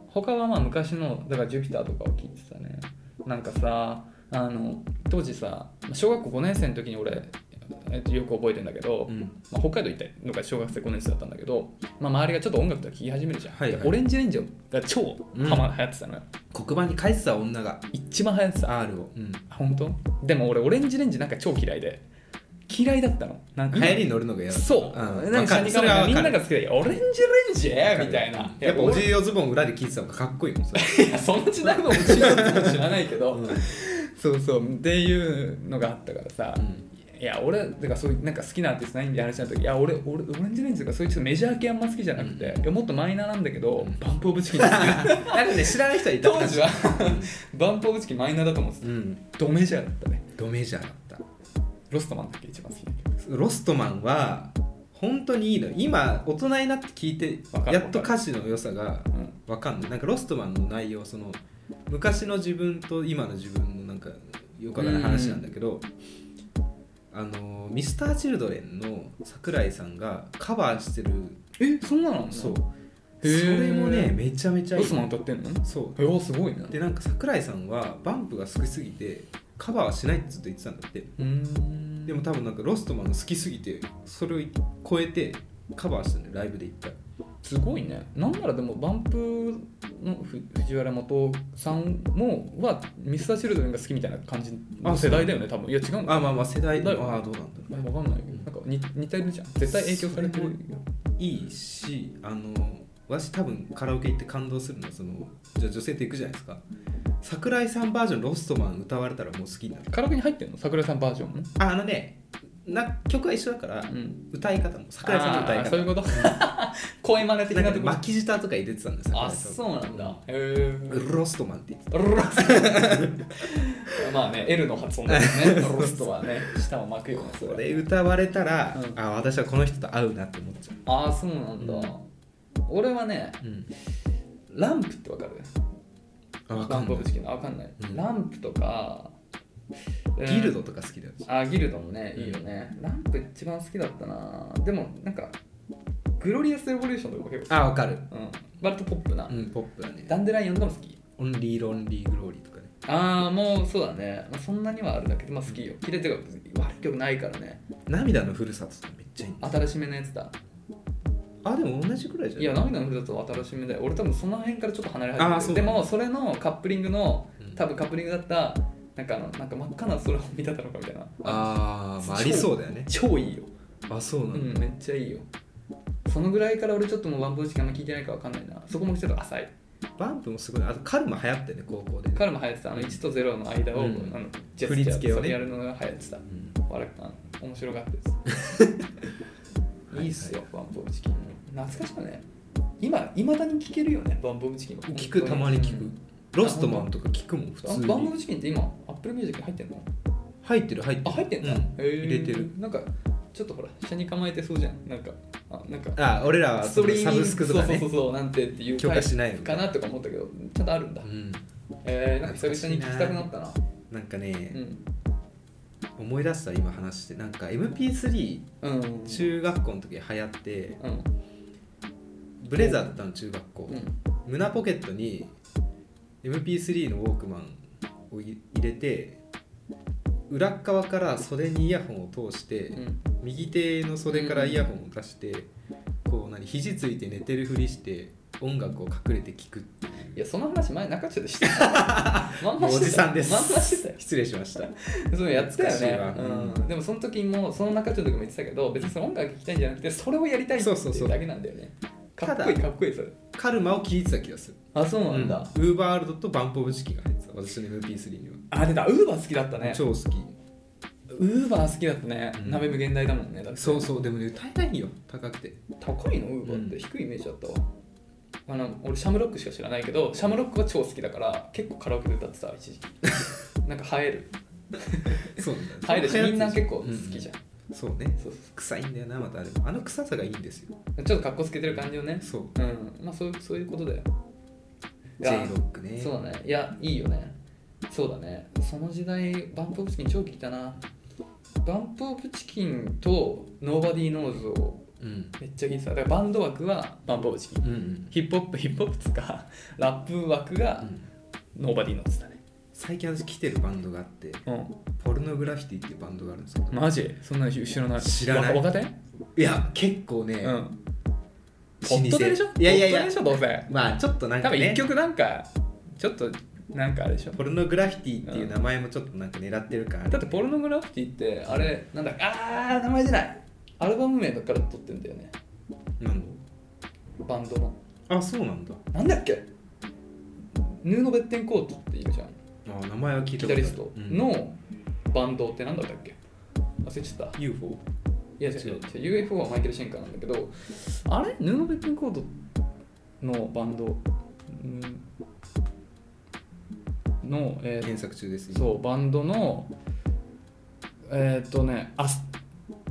Speaker 2: 他はまあ昔のだからジュピターとかを聞いてたねなんかさあの当時さ小学校5年生の時に俺、えっと、よく覚えてんだけど、
Speaker 1: うん
Speaker 2: まあ、北海道行ったのが小学生5年生だったんだけど、まあ、周りがちょっと音楽とか聴き始めるじゃん、
Speaker 1: はいはい
Speaker 2: でオレンジレンジが超ハマ、流行ってたのよ
Speaker 1: 黒板に書いてた女が
Speaker 2: 一番流行ってた
Speaker 1: R をうん
Speaker 2: あ本当でも俺オレンジレンジなんか超嫌いで嫌いだったのなんか
Speaker 1: 流行りに乗るのが嫌だ
Speaker 2: そう、
Speaker 1: うん
Speaker 2: なんか
Speaker 1: わるそれはわ
Speaker 2: みん
Speaker 1: か
Speaker 2: な
Speaker 1: る
Speaker 2: が好きでオレンジレンジみたいな
Speaker 1: やっぱおじ
Speaker 2: い
Speaker 1: いおズボン裏で聞いてた方がかっこいいもんそれ、
Speaker 2: や俺その時代もおじいだったか知らないけど、
Speaker 1: うん
Speaker 2: そうそうっていうのがあったからさ、いや俺だからそういうなんか好きなアーティストないんで話になった時いや俺俺オレンジレンジとかそういうちょっとメジャー系あんま好きじゃなくて、
Speaker 1: う
Speaker 2: いやもっとマイナーなんだけど、
Speaker 1: うん
Speaker 2: バンプ・オ ブ・チキン好きな
Speaker 1: なんかね知らない人はいた
Speaker 2: 当時は バンプ・オブ・チキンマイナーだと思ってた
Speaker 1: うん
Speaker 2: ドメジャーだったね
Speaker 1: ドメジャーだった
Speaker 2: ロストマンだっけ一番好きな
Speaker 1: ロストマンは本当にいいの今大人になって聞いて
Speaker 2: わかる
Speaker 1: やっと歌詞の良さが
Speaker 2: 曲、うん、
Speaker 1: わかんないなんかロストマンの内容はその昔の自分と今の自分のなんかよくわからない話なんだけど、あのミスターチルドレンの桜井さんがカバーしてる
Speaker 2: えそんなのあんの
Speaker 1: そうそ
Speaker 2: へー
Speaker 1: れもねめちゃめちゃい
Speaker 2: ロ
Speaker 1: い
Speaker 2: ストマン歌ってんの
Speaker 1: そ
Speaker 2: えおすごいな
Speaker 1: うでなんか桜井さんはバンプが好きすぎてカバーはしないってずっと言ってたんだって
Speaker 2: うーん
Speaker 1: でも多分なんかロストマンが好きすぎてそれを超えてカバーしたんだよライブで行った
Speaker 2: すごいねなんならでもバンプのふ藤原元さんもはミスター・チルドレンが好きみたいな感じの
Speaker 1: あ
Speaker 2: 世代だよね多分いや違うのかな
Speaker 1: あまあまあ世代
Speaker 2: だよね
Speaker 1: ああどうなんだろう
Speaker 2: えわかんないけどなんか似似てるじゃん絶対影響されてるよ
Speaker 1: いいしあの私多分カラオケ行って感動するのはそのじゃあ女性と行くじゃないですか桜井さんバージョン「ロストマン」歌われたらもう好きになる
Speaker 2: カラオケに入ってんの桜井さんバージョンも、
Speaker 1: ああのねな曲は一緒だから
Speaker 2: うん、
Speaker 1: 歌い方も桜井さんの歌い
Speaker 2: あーそういう
Speaker 1: 方
Speaker 2: こと声真似的
Speaker 1: なん
Speaker 2: な
Speaker 1: か
Speaker 2: と
Speaker 1: ね
Speaker 2: ころ
Speaker 1: 巻き舌とか入れてたんです
Speaker 2: あそうなんだへえ
Speaker 1: ロストマンって言って
Speaker 2: まあね L の発音だよ ねロストはね舌を巻くよねそ
Speaker 1: たこ
Speaker 2: れ
Speaker 1: れ歌われたら、
Speaker 2: うん
Speaker 1: あ私はこの人と合うなって思っちゃう
Speaker 2: ああそうなんだ、
Speaker 1: うん
Speaker 2: 俺はね
Speaker 1: うん
Speaker 2: ランプってわかる
Speaker 1: あわ
Speaker 2: バ
Speaker 1: か
Speaker 2: ン
Speaker 1: ん
Speaker 2: プ
Speaker 1: な
Speaker 2: オ
Speaker 1: い
Speaker 2: ブチキンあわかんない、
Speaker 1: うん
Speaker 2: ランプとか、うん
Speaker 1: ギルドとか好きだよ
Speaker 2: あギルドもね
Speaker 1: うん
Speaker 2: いいよね、ランプ一番好きだったなでもなんかグロリアス・レボリューションとか結構
Speaker 1: あわかる
Speaker 2: 好きうん割とポップな、
Speaker 1: うんポップだね
Speaker 2: ダンデライオンとかも好き
Speaker 1: オンリーロンリーグローリーとかね
Speaker 2: ああもうそうだね、まあ、そんなにはあるんだけどまあ好きよキレてか悪い曲ないからね
Speaker 1: 涙のふるさととかめっちゃいいんだ
Speaker 2: 新しめのやつだ
Speaker 1: あでも同じくらいじゃない
Speaker 2: いや涙のふるさとは新しめで俺多分その辺からちょっと離れ始めて
Speaker 1: あーそう
Speaker 2: るでもそれのカップリングの
Speaker 1: うん
Speaker 2: 多分カップリングだったなんかあのなんか真っ赤な空を見ただろうかみたいな
Speaker 1: あー、まあありそうだよね
Speaker 2: 超いいよ
Speaker 1: あそうな
Speaker 2: うんん、
Speaker 1: だ、
Speaker 2: めっちゃいいよ。そのぐらいから俺ちょっともうワンプーチキンあんま聞いてないからわかんないな。そこもちょっと浅い。
Speaker 1: バンプもすごいあとカルマ流行ってね高校で、
Speaker 2: 彼も流行ってた、あの1と0の間を、
Speaker 1: うん
Speaker 2: あのジェ
Speaker 1: 振
Speaker 2: ス
Speaker 1: り
Speaker 2: チャ
Speaker 1: 付け
Speaker 2: ー
Speaker 1: をね
Speaker 2: それやるのが流行ってた
Speaker 1: う。ん
Speaker 2: 笑った面白かったです。いいっすよ、ワンプーチキン。懐かしいよね。今、いまだに聞けるよね、ワンプーチキンは。
Speaker 1: 聞くたまに聞く、ロストマンとか聞くもん普
Speaker 2: ワ
Speaker 1: 通
Speaker 2: ン。ワンプ
Speaker 1: に
Speaker 2: ーチキンって今、アップルミュージックに入ってんの
Speaker 1: 入ってる入って
Speaker 2: あ、
Speaker 1: る
Speaker 2: 入ってんだ。
Speaker 1: う
Speaker 2: へー
Speaker 1: 入れてる。
Speaker 2: なんか、ちょっとほら、下に構えてそうじゃん。なんか、あ、なんか。
Speaker 1: あ俺らは
Speaker 2: ストリーミン
Speaker 1: サ
Speaker 2: グ
Speaker 1: ブスクとかね
Speaker 2: そうそうそうなんてっていう
Speaker 1: 許可しないの
Speaker 2: かなとか思ったけどちゃんとあるんだ、
Speaker 1: うん
Speaker 2: えー、なんか久々に聞きたくなったな
Speaker 1: なんかね、
Speaker 2: うん
Speaker 1: 思い出した今話してなんか MP3
Speaker 2: うん
Speaker 1: 中学校の時流行って
Speaker 2: うん
Speaker 1: ブレザーだったの中学校、
Speaker 2: うん
Speaker 1: 胸ポケットに MP3 のウォークマンを入れて裏っ側から袖にイヤホンを通して、
Speaker 2: うん
Speaker 1: 右手の袖からイヤホンを出して、こう何肘ついて寝てるふりして音楽を隠れて聴くっていう
Speaker 2: いやその話前中中でしてた まんま
Speaker 1: お
Speaker 2: してた
Speaker 1: じさんです
Speaker 2: まんましてたよ
Speaker 1: 失礼しました
Speaker 2: そうやってたよ
Speaker 1: 懐、
Speaker 2: ね
Speaker 1: かしいわ
Speaker 2: うん、でもその時もその中中の時も言ってたけど別にその音楽聴きたいんじゃなくてそれをやりたいって
Speaker 1: そうそうそう
Speaker 2: だけなんだよねか
Speaker 1: ただ
Speaker 2: っこいいかっこいいそれ
Speaker 1: カルマを聴いてた気がする
Speaker 2: あそうなんだ、
Speaker 1: ウーバーアルドとバンプオブチキンが入ってた私の MP3 には、
Speaker 2: あ出たウーバー好きだったね
Speaker 1: 超好き
Speaker 2: ウーバー好きだったね、
Speaker 1: うん
Speaker 2: 鍋無限大だもんねだって
Speaker 1: そうそうでもね歌えないんよ高くて
Speaker 2: 高いのウーバーって低いイメージだったわ、あの俺シャムロックしか知らないけどシャムロックは超好きだから結構カラオケで歌ってた一 時期なんか映える
Speaker 1: そうなんだ
Speaker 2: 映えるしみんな結構好
Speaker 1: うん
Speaker 2: きじゃん、
Speaker 1: そうね
Speaker 2: そうそ
Speaker 1: 臭いんだよなまたあれもあの臭さがいいんですよ
Speaker 2: うちょっと格好つけてる感じをね
Speaker 1: そう
Speaker 2: うんまあそうそういうことだよい
Speaker 1: J
Speaker 2: や
Speaker 1: ロックね
Speaker 2: そうだねいやいいよねそうだねその時代バンプ・オブ・チキン超聴いたなバンプ・オブ・チキンとノーバディ・ノーズを
Speaker 1: うん
Speaker 2: めっちゃ聴いてただからバンド枠はバンプ・オブ・チキン
Speaker 1: うんうん
Speaker 2: ヒップホップヒップホップっつうかラップ枠
Speaker 1: う
Speaker 2: が
Speaker 1: ん
Speaker 2: ノーバディのっつだね
Speaker 1: 最近私来てるバンドがあって
Speaker 2: う
Speaker 1: ポルノグラフィティっていうバンドがあるんですけど、
Speaker 2: んマジそんな後ろの
Speaker 1: 知らない
Speaker 2: わ若手
Speaker 1: いや結構ね、
Speaker 2: うん
Speaker 1: 老
Speaker 2: ポ
Speaker 1: 舗
Speaker 2: ットでしょ
Speaker 1: いやいやい
Speaker 2: ポット
Speaker 1: や
Speaker 2: でしょどうせ
Speaker 1: まあちょっとなん
Speaker 2: 多
Speaker 1: か
Speaker 2: 分
Speaker 1: ね
Speaker 2: 一曲なんかちょっとなんかあれでしょ
Speaker 1: ポルノグラフィティっていう名前もちょっとなんか狙ってるから、
Speaker 2: だってポルノグラフィティってあれなんだあー名前じゃないアルバム名だから撮ってんだよね
Speaker 1: なん
Speaker 2: バンドの
Speaker 1: あそうなんだ
Speaker 2: なんだっけヌーノ・ベッテンコートっていうじゃん
Speaker 1: あ名前は聞い
Speaker 2: ギ
Speaker 1: たこと
Speaker 2: タ
Speaker 1: ある
Speaker 2: リスト
Speaker 1: うん
Speaker 2: のバンドってなんだったっけ忘れちゃった
Speaker 1: UFO
Speaker 2: いや違う違う UFO はマイケル・シェンカーなんだけどあれヌーノ・ベッキンコードのバンドうんの、えー
Speaker 1: 検索中です
Speaker 2: そうバンドのえーっとねあす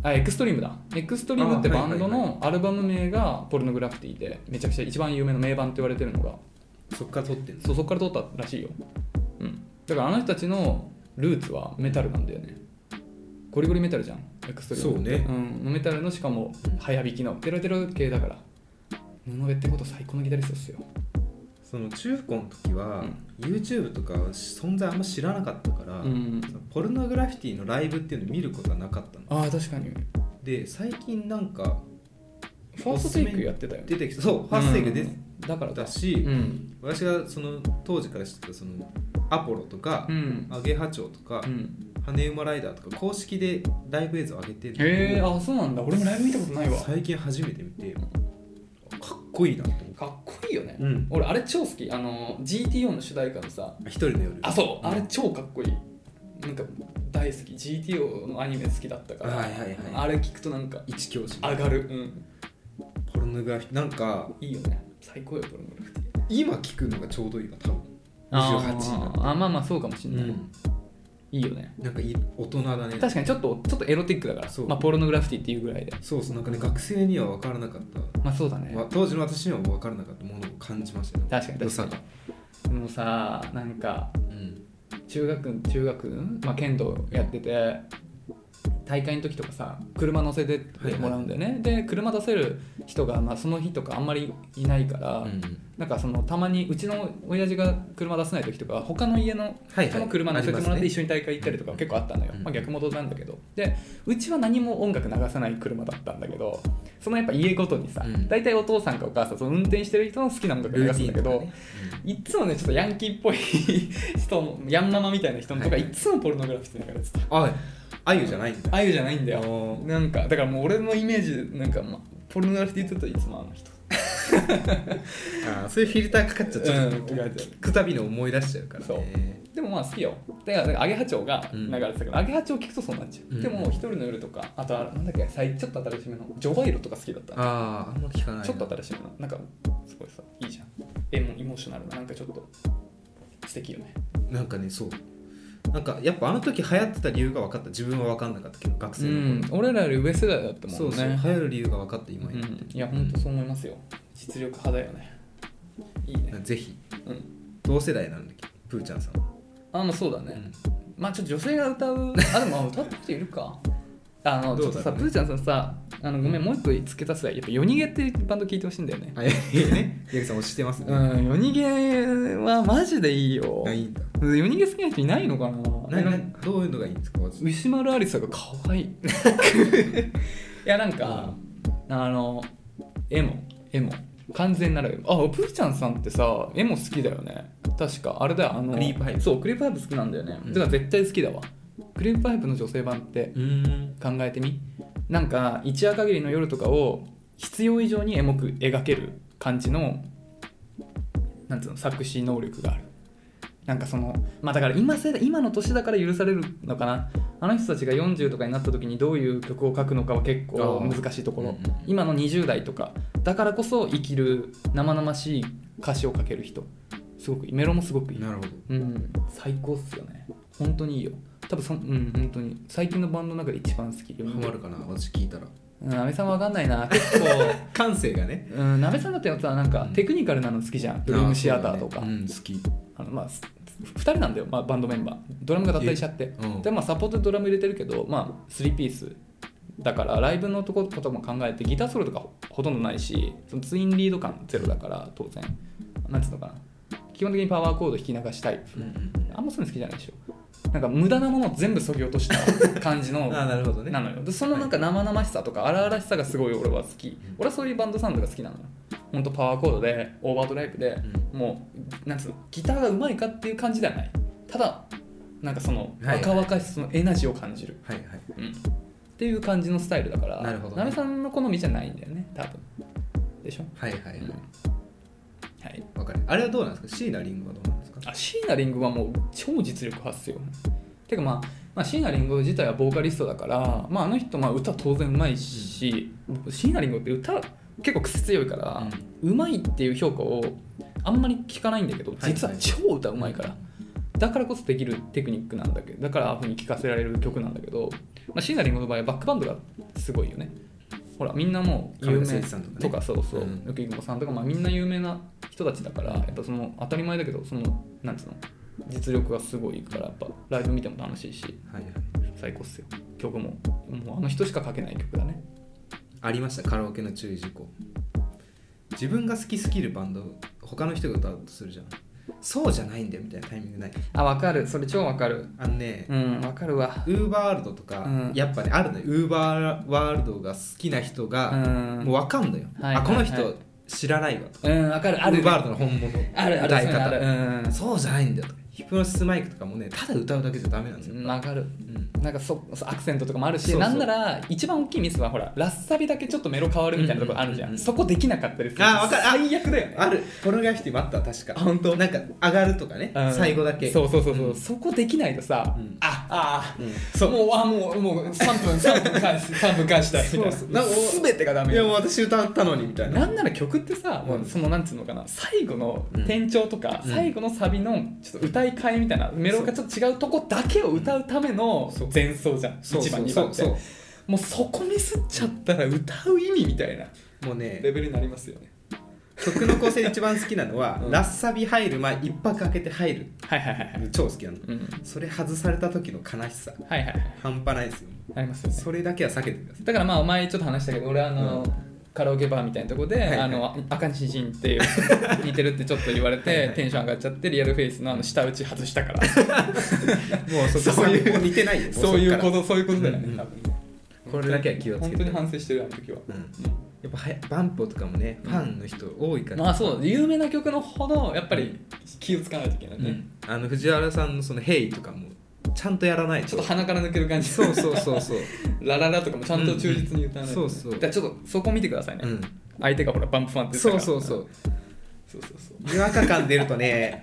Speaker 2: あエクストリームだエクストリームって
Speaker 1: あは
Speaker 2: バ
Speaker 1: いはいはい
Speaker 2: ンドのアルバム名がポルノグラフィティでめちゃくちゃ一番有名な名盤って言われてるのが
Speaker 1: そっから撮ってんの
Speaker 2: そうそこから通ったらしいよ、うん、だからあの人たちのルーツはメタルなんだよねゴリゴリメタルじゃんエクストリーム
Speaker 1: そうね
Speaker 2: うん、メタルのしかも早弾きのテロテロ系だから布べってこと最高のギタリストっすよ
Speaker 1: その中高の時は、
Speaker 2: うん
Speaker 1: YouTube とか存在あんま知らなかったから、
Speaker 2: うん
Speaker 1: そのポルノグラフィティのライブっていうのを見ることはなかったの
Speaker 2: ああ確かに
Speaker 1: で最近なんか
Speaker 2: ファーストテイクやってたよね
Speaker 1: 出てきたそうファーストテイク出て
Speaker 2: うんだから
Speaker 1: た
Speaker 2: か
Speaker 1: し、
Speaker 2: うん
Speaker 1: 私がその当時から知ってたそのアポロとか
Speaker 2: う、ん
Speaker 1: アゲハチョウとか、
Speaker 2: うん
Speaker 1: ハネウマライダーとか公式でライブ映像上げてる
Speaker 2: へえあそうなんだ俺もライブ見たことないわか
Speaker 1: 最近初めて見てかっこいいなと思って
Speaker 2: っこいいよね、
Speaker 1: うん
Speaker 2: 俺あれ超好きあの GTO の主題歌のさ
Speaker 1: 一人の夜
Speaker 2: あそうあれ超かっこいいなんか大好き GTO のアニメ好きだったから、
Speaker 1: はいはいはい
Speaker 2: あれ聞くとなんか
Speaker 1: 一教師
Speaker 2: 上がる、うん、
Speaker 1: ポルノグラフィティなんか
Speaker 2: いいよね最高よポルノグラフィティ
Speaker 1: 今聞くのがちょうどいいわ多分28になって
Speaker 2: あまあまあそうかもしん
Speaker 1: う
Speaker 2: ない、
Speaker 1: ん
Speaker 2: いいよね
Speaker 1: なんかいい大人だね
Speaker 2: 確かにちょっとちょっとエロティックだから
Speaker 1: そう
Speaker 2: まあ、ポルノグラフィティっていうぐらいで
Speaker 1: そうそうなんかね学生には分からなかった
Speaker 2: まあそうだね
Speaker 1: わ当時の私にはもう分からなかったものを感じましたね
Speaker 2: 確かに
Speaker 1: 良
Speaker 2: 確か
Speaker 1: さ
Speaker 2: に
Speaker 1: が
Speaker 2: でもさなんか
Speaker 1: うん
Speaker 2: 中学中学、まあ、剣道やってて大会の時とかさ車乗せてってもらうんだよね、で車出せる人が、まあ、その日とかあんまりいないから、
Speaker 1: うん
Speaker 2: なんかそのたまにうちの親父が車出せない時とか他の家の
Speaker 1: はいはい
Speaker 2: 人の車乗せてもら
Speaker 1: あ
Speaker 2: っ
Speaker 1: ります
Speaker 2: て
Speaker 1: ね
Speaker 2: 一緒に大会行ったりとか結構あったのよ、
Speaker 1: うん
Speaker 2: まあ、逆戻なんだけどでうちは何も音楽流さない車だったんだけどそのやっぱ家ごとにさ、
Speaker 1: うん
Speaker 2: 大体お父さんかお母さんその運転してる人の好きな音楽流すんだけど、
Speaker 1: ルーティンとかね
Speaker 2: いっつもねちょっとヤンキーっぽい人もヤンママみたいな人のとか、
Speaker 1: はい
Speaker 2: い、
Speaker 1: はい
Speaker 2: つもポルノグラフィティだからつって
Speaker 1: ああゆじゃないんだ
Speaker 2: あゆじゃないんだよ
Speaker 1: おー
Speaker 2: なんかだからもう俺のイメージなんか、まあ、ポルノグラフィティって言うといつもあの人
Speaker 1: あーそういうフィルターかかっちゃっ
Speaker 2: うん
Speaker 1: て
Speaker 2: かかっちゃう
Speaker 1: 聞くたびに思い出しちゃうから
Speaker 2: そう
Speaker 1: ね
Speaker 2: でもまあ好きよだからなんかアゲハチョウが
Speaker 1: うん
Speaker 2: 流れてたけど、アゲハチョウ聞くとそうなっちゃう、
Speaker 1: うん
Speaker 2: でも一人の夜とかあとあれなんだっけ最ちょっと新しめのジョバイロとか好きだった
Speaker 1: あああんま聞かないな
Speaker 2: ちょっと新しめのなんかすごいさいいじゃんエモイモーショナルななんかちょっと素敵よね
Speaker 1: なんかねそうなんかやっぱあの時流行ってた理由が分かった自分は分かんなかったけど学生の頃、
Speaker 2: 俺らより上世代だった
Speaker 1: そうそう流行る理由が分かった今
Speaker 2: う
Speaker 1: になって
Speaker 2: ん、いや本当そう思いますよ実力派だよねいいね
Speaker 1: ぜひ
Speaker 2: うん
Speaker 1: 同世代なんだけどプーちゃんさんは、
Speaker 2: あまあそうだね、
Speaker 1: うん
Speaker 2: まあちょっと女性が 歌うあでもあ歌ってる人いるかあのち
Speaker 1: ど
Speaker 2: ょっ
Speaker 1: うだろうね
Speaker 2: とさプーちゃんさんさあのごめんもう一個付け足すわやっぱ「夜逃げ」っていうバンド聴いてほしいんだよね
Speaker 1: あいや ね八木さん推してます
Speaker 2: う
Speaker 1: ね、
Speaker 2: ん夜逃げはマジでいいよ
Speaker 1: あいいんだ
Speaker 2: 夜逃げ好きな人いないのかな
Speaker 1: な
Speaker 2: なん
Speaker 1: な
Speaker 2: か
Speaker 1: どういうのがいいんですかまず
Speaker 2: 牛丸ありさが可 愛いいやなんか、あのエモエモ完全なるエモあプーちゃんさんってさエモ好きだよね確かあれだよあの
Speaker 1: クリープハイプ
Speaker 2: そうクリープハイプ好きなんだよね、
Speaker 1: うん
Speaker 2: だから絶対好きだわクリープハイプの女性版って
Speaker 1: うん
Speaker 2: 考えてみなんか一夜限りの夜とかを必要以上にエモく描ける感じのなんつうの作詞能力があるなんかそのまあだから今世代今の年だから許されるのかなあの人たちが40とかになった時にどういう曲を書くのかは結構難しいとこ
Speaker 1: あ
Speaker 2: ろ
Speaker 1: ーうんうん
Speaker 2: 今の20代とかだからこそ生きる生々しい歌詞を書ける人すごくいいメロもすごくいい
Speaker 1: なるほど
Speaker 2: うん最高っすよね本当にいいよ多分そんうん本当に最近のバンドの中で一番好き
Speaker 1: ハマるかな私聞いたら
Speaker 2: うんなべさんわかんない な結構
Speaker 1: 感性がね
Speaker 2: うんなべさんだってさなんかテクニカルなの好きじゃんドリームシアターとか
Speaker 1: あそう
Speaker 2: あ、
Speaker 1: だねうん好き
Speaker 2: のまあす2人なんだよ、まあ、バンドメンバードラムが脱退しちゃって
Speaker 1: うん
Speaker 2: でまあサポートでドラム入れてるけどまあ3ピースだからライブのとことかも考えてギターソロとかほほとんどないしそのツインリード感ゼロだから当然なんつうのかな基本的にパワーコード弾き流しタイ
Speaker 1: う
Speaker 2: プ
Speaker 1: んうん
Speaker 2: あんまそういうの好きじゃないでしょなんか無駄なものを全部そぎ落とした感じ
Speaker 1: う
Speaker 2: の
Speaker 1: んあーなるほどね
Speaker 2: なのよでそのなんか生々しさとか荒々しさがすごい俺は好き俺はそういうバンドサウンドが好きなのよほんとパワーコードでオーバードライブでもうなんつうのギターがうまいかっていう感じではないただなんかその
Speaker 1: はい
Speaker 2: 若々しさそのエナジーを感じる、
Speaker 1: はいはい
Speaker 2: うん、っていう感じのスタイルだから
Speaker 1: なるほどね
Speaker 2: べさんの好みじゃないんだよね多分でしょ
Speaker 1: はいはいはい
Speaker 2: はい
Speaker 1: わかるあれはどうなんですか椎名林檎はどうなんですか
Speaker 2: あ椎名林檎はもう超実力派っすよてかまあ、まあ、椎名林檎自体はボーカリストだから、まあ、あの人まあ歌当然うまいし、椎名林檎って歌結構癖強いから、うまいっていう評価をあんまり聞かないんだけど
Speaker 1: はい
Speaker 2: 実は超歌うまいから、だからこそできるテクニックなんだけどだからああいうふうに聴かせられる曲なんだけど、まあ、椎名林檎の場合はバックバンドがすごいよねほらみんなもう有
Speaker 1: 亀田
Speaker 2: 名
Speaker 1: 誠一さんとかね
Speaker 2: とかそうそう
Speaker 1: うん
Speaker 2: 浮雲、さんとか、まあ、みんな有名な人たちだからやっぱその当たり前だけどそのなんつうの実力がすごいからやっぱライブ見ても楽しいし
Speaker 1: はいはい
Speaker 2: 最高っすよ曲ももうあの人しか書けない曲だね
Speaker 1: ありましたカラオケの注意事項自分が好きすぎるバンド他の人が歌うとするじゃんそうじゃないんだよみたいなタイミングない
Speaker 2: あわかるそれ超わかる
Speaker 1: あのね
Speaker 2: うんわかるわ
Speaker 1: ウーバーワールドとか、
Speaker 2: うん
Speaker 1: やっぱねあるのよウーバーワールドが好きな人
Speaker 2: う
Speaker 1: が、
Speaker 2: ん
Speaker 1: もう分かんのよ、
Speaker 2: はいはいはい
Speaker 1: あこの人知らないわとか
Speaker 2: うんわかるあ
Speaker 1: ウ
Speaker 2: る
Speaker 1: ーバーワールドの本物の
Speaker 2: あるある
Speaker 1: 歌い
Speaker 2: そういうのある
Speaker 1: 方
Speaker 2: うん
Speaker 1: そうじゃないんだよとかヒプノシスマイクとかもねただ歌うだけじゃダメなんですよ、
Speaker 2: わかる
Speaker 1: うん
Speaker 2: なんかそそうアクセントとかもある
Speaker 1: そう
Speaker 2: し
Speaker 1: そう
Speaker 2: なんなら一番大きいミスはほらラッサビだけちょっとメロ変わるみたいなところあるじゃん,、
Speaker 1: うんうんうん
Speaker 2: そこできなかったりする
Speaker 1: あわかるあ
Speaker 2: 最悪だよね
Speaker 1: あるポルノグラフィティもあった確か
Speaker 2: あ本当
Speaker 1: なんか上がるとかね、
Speaker 2: うん
Speaker 1: 最後だけ
Speaker 2: そうそうそうそう、
Speaker 1: うん
Speaker 2: そこできないとさ、
Speaker 1: うん
Speaker 2: ああ
Speaker 1: うん
Speaker 2: あもうあもうもう3分3分返し3分返したいみたいな
Speaker 1: そうそうなんかお
Speaker 2: 全てがダメ
Speaker 1: いやもう私歌ったのにみたいな
Speaker 2: なんなら曲ってさ、もうそのなんつうのかな最後の転調とか、
Speaker 1: うん
Speaker 2: 最後のサビのちょっと歌い替えみたいな、メロがちょっと違うとこだけを歌うための
Speaker 1: そう
Speaker 2: 前奏じゃん、
Speaker 1: そう
Speaker 2: 一
Speaker 1: そ
Speaker 2: 番
Speaker 1: う
Speaker 2: 二
Speaker 1: そ
Speaker 2: 番っ
Speaker 1: う
Speaker 2: て
Speaker 1: そ
Speaker 2: もうそこミスっちゃったら歌う意味みたいな
Speaker 1: うもうね
Speaker 2: レベルになりますよね
Speaker 1: 曲の構成で一番好きなのは、
Speaker 2: うん
Speaker 1: ラッサビ入る前一泊開けて入る
Speaker 2: はいはいはいはい、
Speaker 1: 超好きなの
Speaker 2: うん、
Speaker 1: それ外された時の悲しさ
Speaker 2: はいはいはい
Speaker 1: 半端ないですよ
Speaker 2: ありますよね
Speaker 1: それだけは避けてくださ
Speaker 2: だからまあ前ちょっと話したけど俺あの、
Speaker 1: う
Speaker 2: カラオケバーみたいなとこで、
Speaker 1: いはい
Speaker 2: あのあ赤西仁っていう似てるってちょっと言われて
Speaker 1: はいはい
Speaker 2: テンション上がっちゃってリアルフェイスのあの下打ち外したか ら
Speaker 1: いもうそ
Speaker 2: そういう
Speaker 1: も似て ないよ
Speaker 2: そういうこ
Speaker 1: も
Speaker 2: とそういうことだよ
Speaker 1: うんう
Speaker 2: ね
Speaker 1: ん
Speaker 2: 多分
Speaker 1: これだけは気をつけて
Speaker 2: 本当に反省してるあの時は、
Speaker 1: うんやっぱはやバンポとかもね、
Speaker 2: うん
Speaker 1: ファンの人多いから、
Speaker 2: まあそう有名な曲のほどやっぱり気をつかないといけない
Speaker 1: う
Speaker 2: ね、
Speaker 1: んあの藤原さんのその「ヘイ」とかもちゃんとやらない
Speaker 2: ち
Speaker 1: と
Speaker 2: ょっと鼻から抜ける感じ
Speaker 1: そうそうそうそう、
Speaker 2: ラララとかもちゃんと忠実に歌わないと、
Speaker 1: うんうんそうそう
Speaker 2: だからちょっとそこ見てくださいね、
Speaker 1: うん、
Speaker 2: 相手がほらバンプファンって言ってたか
Speaker 1: そう
Speaker 2: ら
Speaker 1: そうそう
Speaker 2: そうそうそう
Speaker 1: 違和感出るとね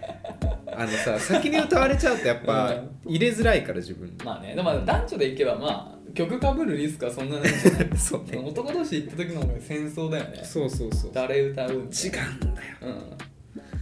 Speaker 1: あのさ先に歌われちゃうとやっぱ
Speaker 2: うん
Speaker 1: 入れづらいから自分
Speaker 2: まあね、でもまあ男女でいけばまあ曲かぶるリスクはそんなないんじゃない
Speaker 1: そうね
Speaker 2: 男同士行った時の方が戦争だよね
Speaker 1: そうそうそう
Speaker 2: 誰歌う
Speaker 1: 違うんだよ
Speaker 2: うん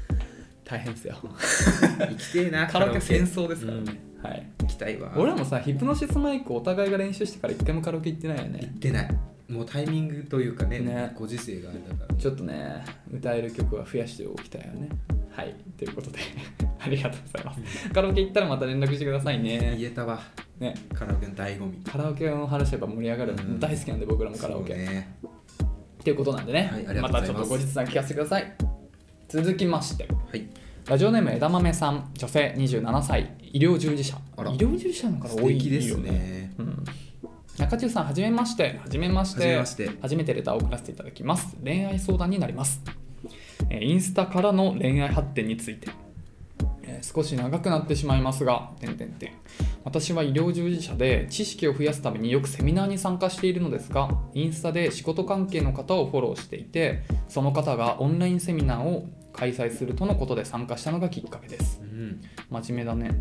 Speaker 2: 大変ですよ
Speaker 1: 行きてえな
Speaker 2: カラオケ戦争ですからね、はい
Speaker 1: うん行きたいわ
Speaker 2: 俺らもさヒプノシスマイクお互いが練習してから一回もカラオケ行ってないよね
Speaker 1: 行ってないもうタイミングというかね
Speaker 2: ね
Speaker 1: ご時世があれだから
Speaker 2: ちょっとね歌える曲は増やしておきたいよねはいということで ありがとうございますカラオケ行ったらまた連絡してくださいね
Speaker 1: 言えたわ
Speaker 2: ね
Speaker 1: カラオケの醍醐味
Speaker 2: カラオケの話やっぱ盛り上がる、
Speaker 1: うん
Speaker 2: 大好きなんで僕らもカラオケ、
Speaker 1: そうね
Speaker 2: っていうことなんでね、
Speaker 1: はいありがとうご
Speaker 2: ま
Speaker 1: ざいます
Speaker 2: たちょっと後日談聞かせてください続きまして
Speaker 1: はい
Speaker 2: ラジオネーム枝豆さん女性27歳医療従事者
Speaker 1: あら
Speaker 2: 医療従事者の方
Speaker 1: 素
Speaker 2: 多い
Speaker 1: 敵です
Speaker 2: よ
Speaker 1: ね
Speaker 2: うん中中さんはじめましてはじめまし
Speaker 1: はじ
Speaker 2: て
Speaker 1: めまして
Speaker 2: 初めてレターを送らせていただきます恋愛相談になりますえーインスタからの恋愛発展についてえー少し長くなってしまいますが、点々点私は医療従事者で知識を増やすためによくセミナーに参加しているのですが、インスタで仕事関係の方をフォローしていて、その方がオンラインセミナーを開催するとのことで参加したのがきっかけです。
Speaker 1: うん
Speaker 2: 真面目だね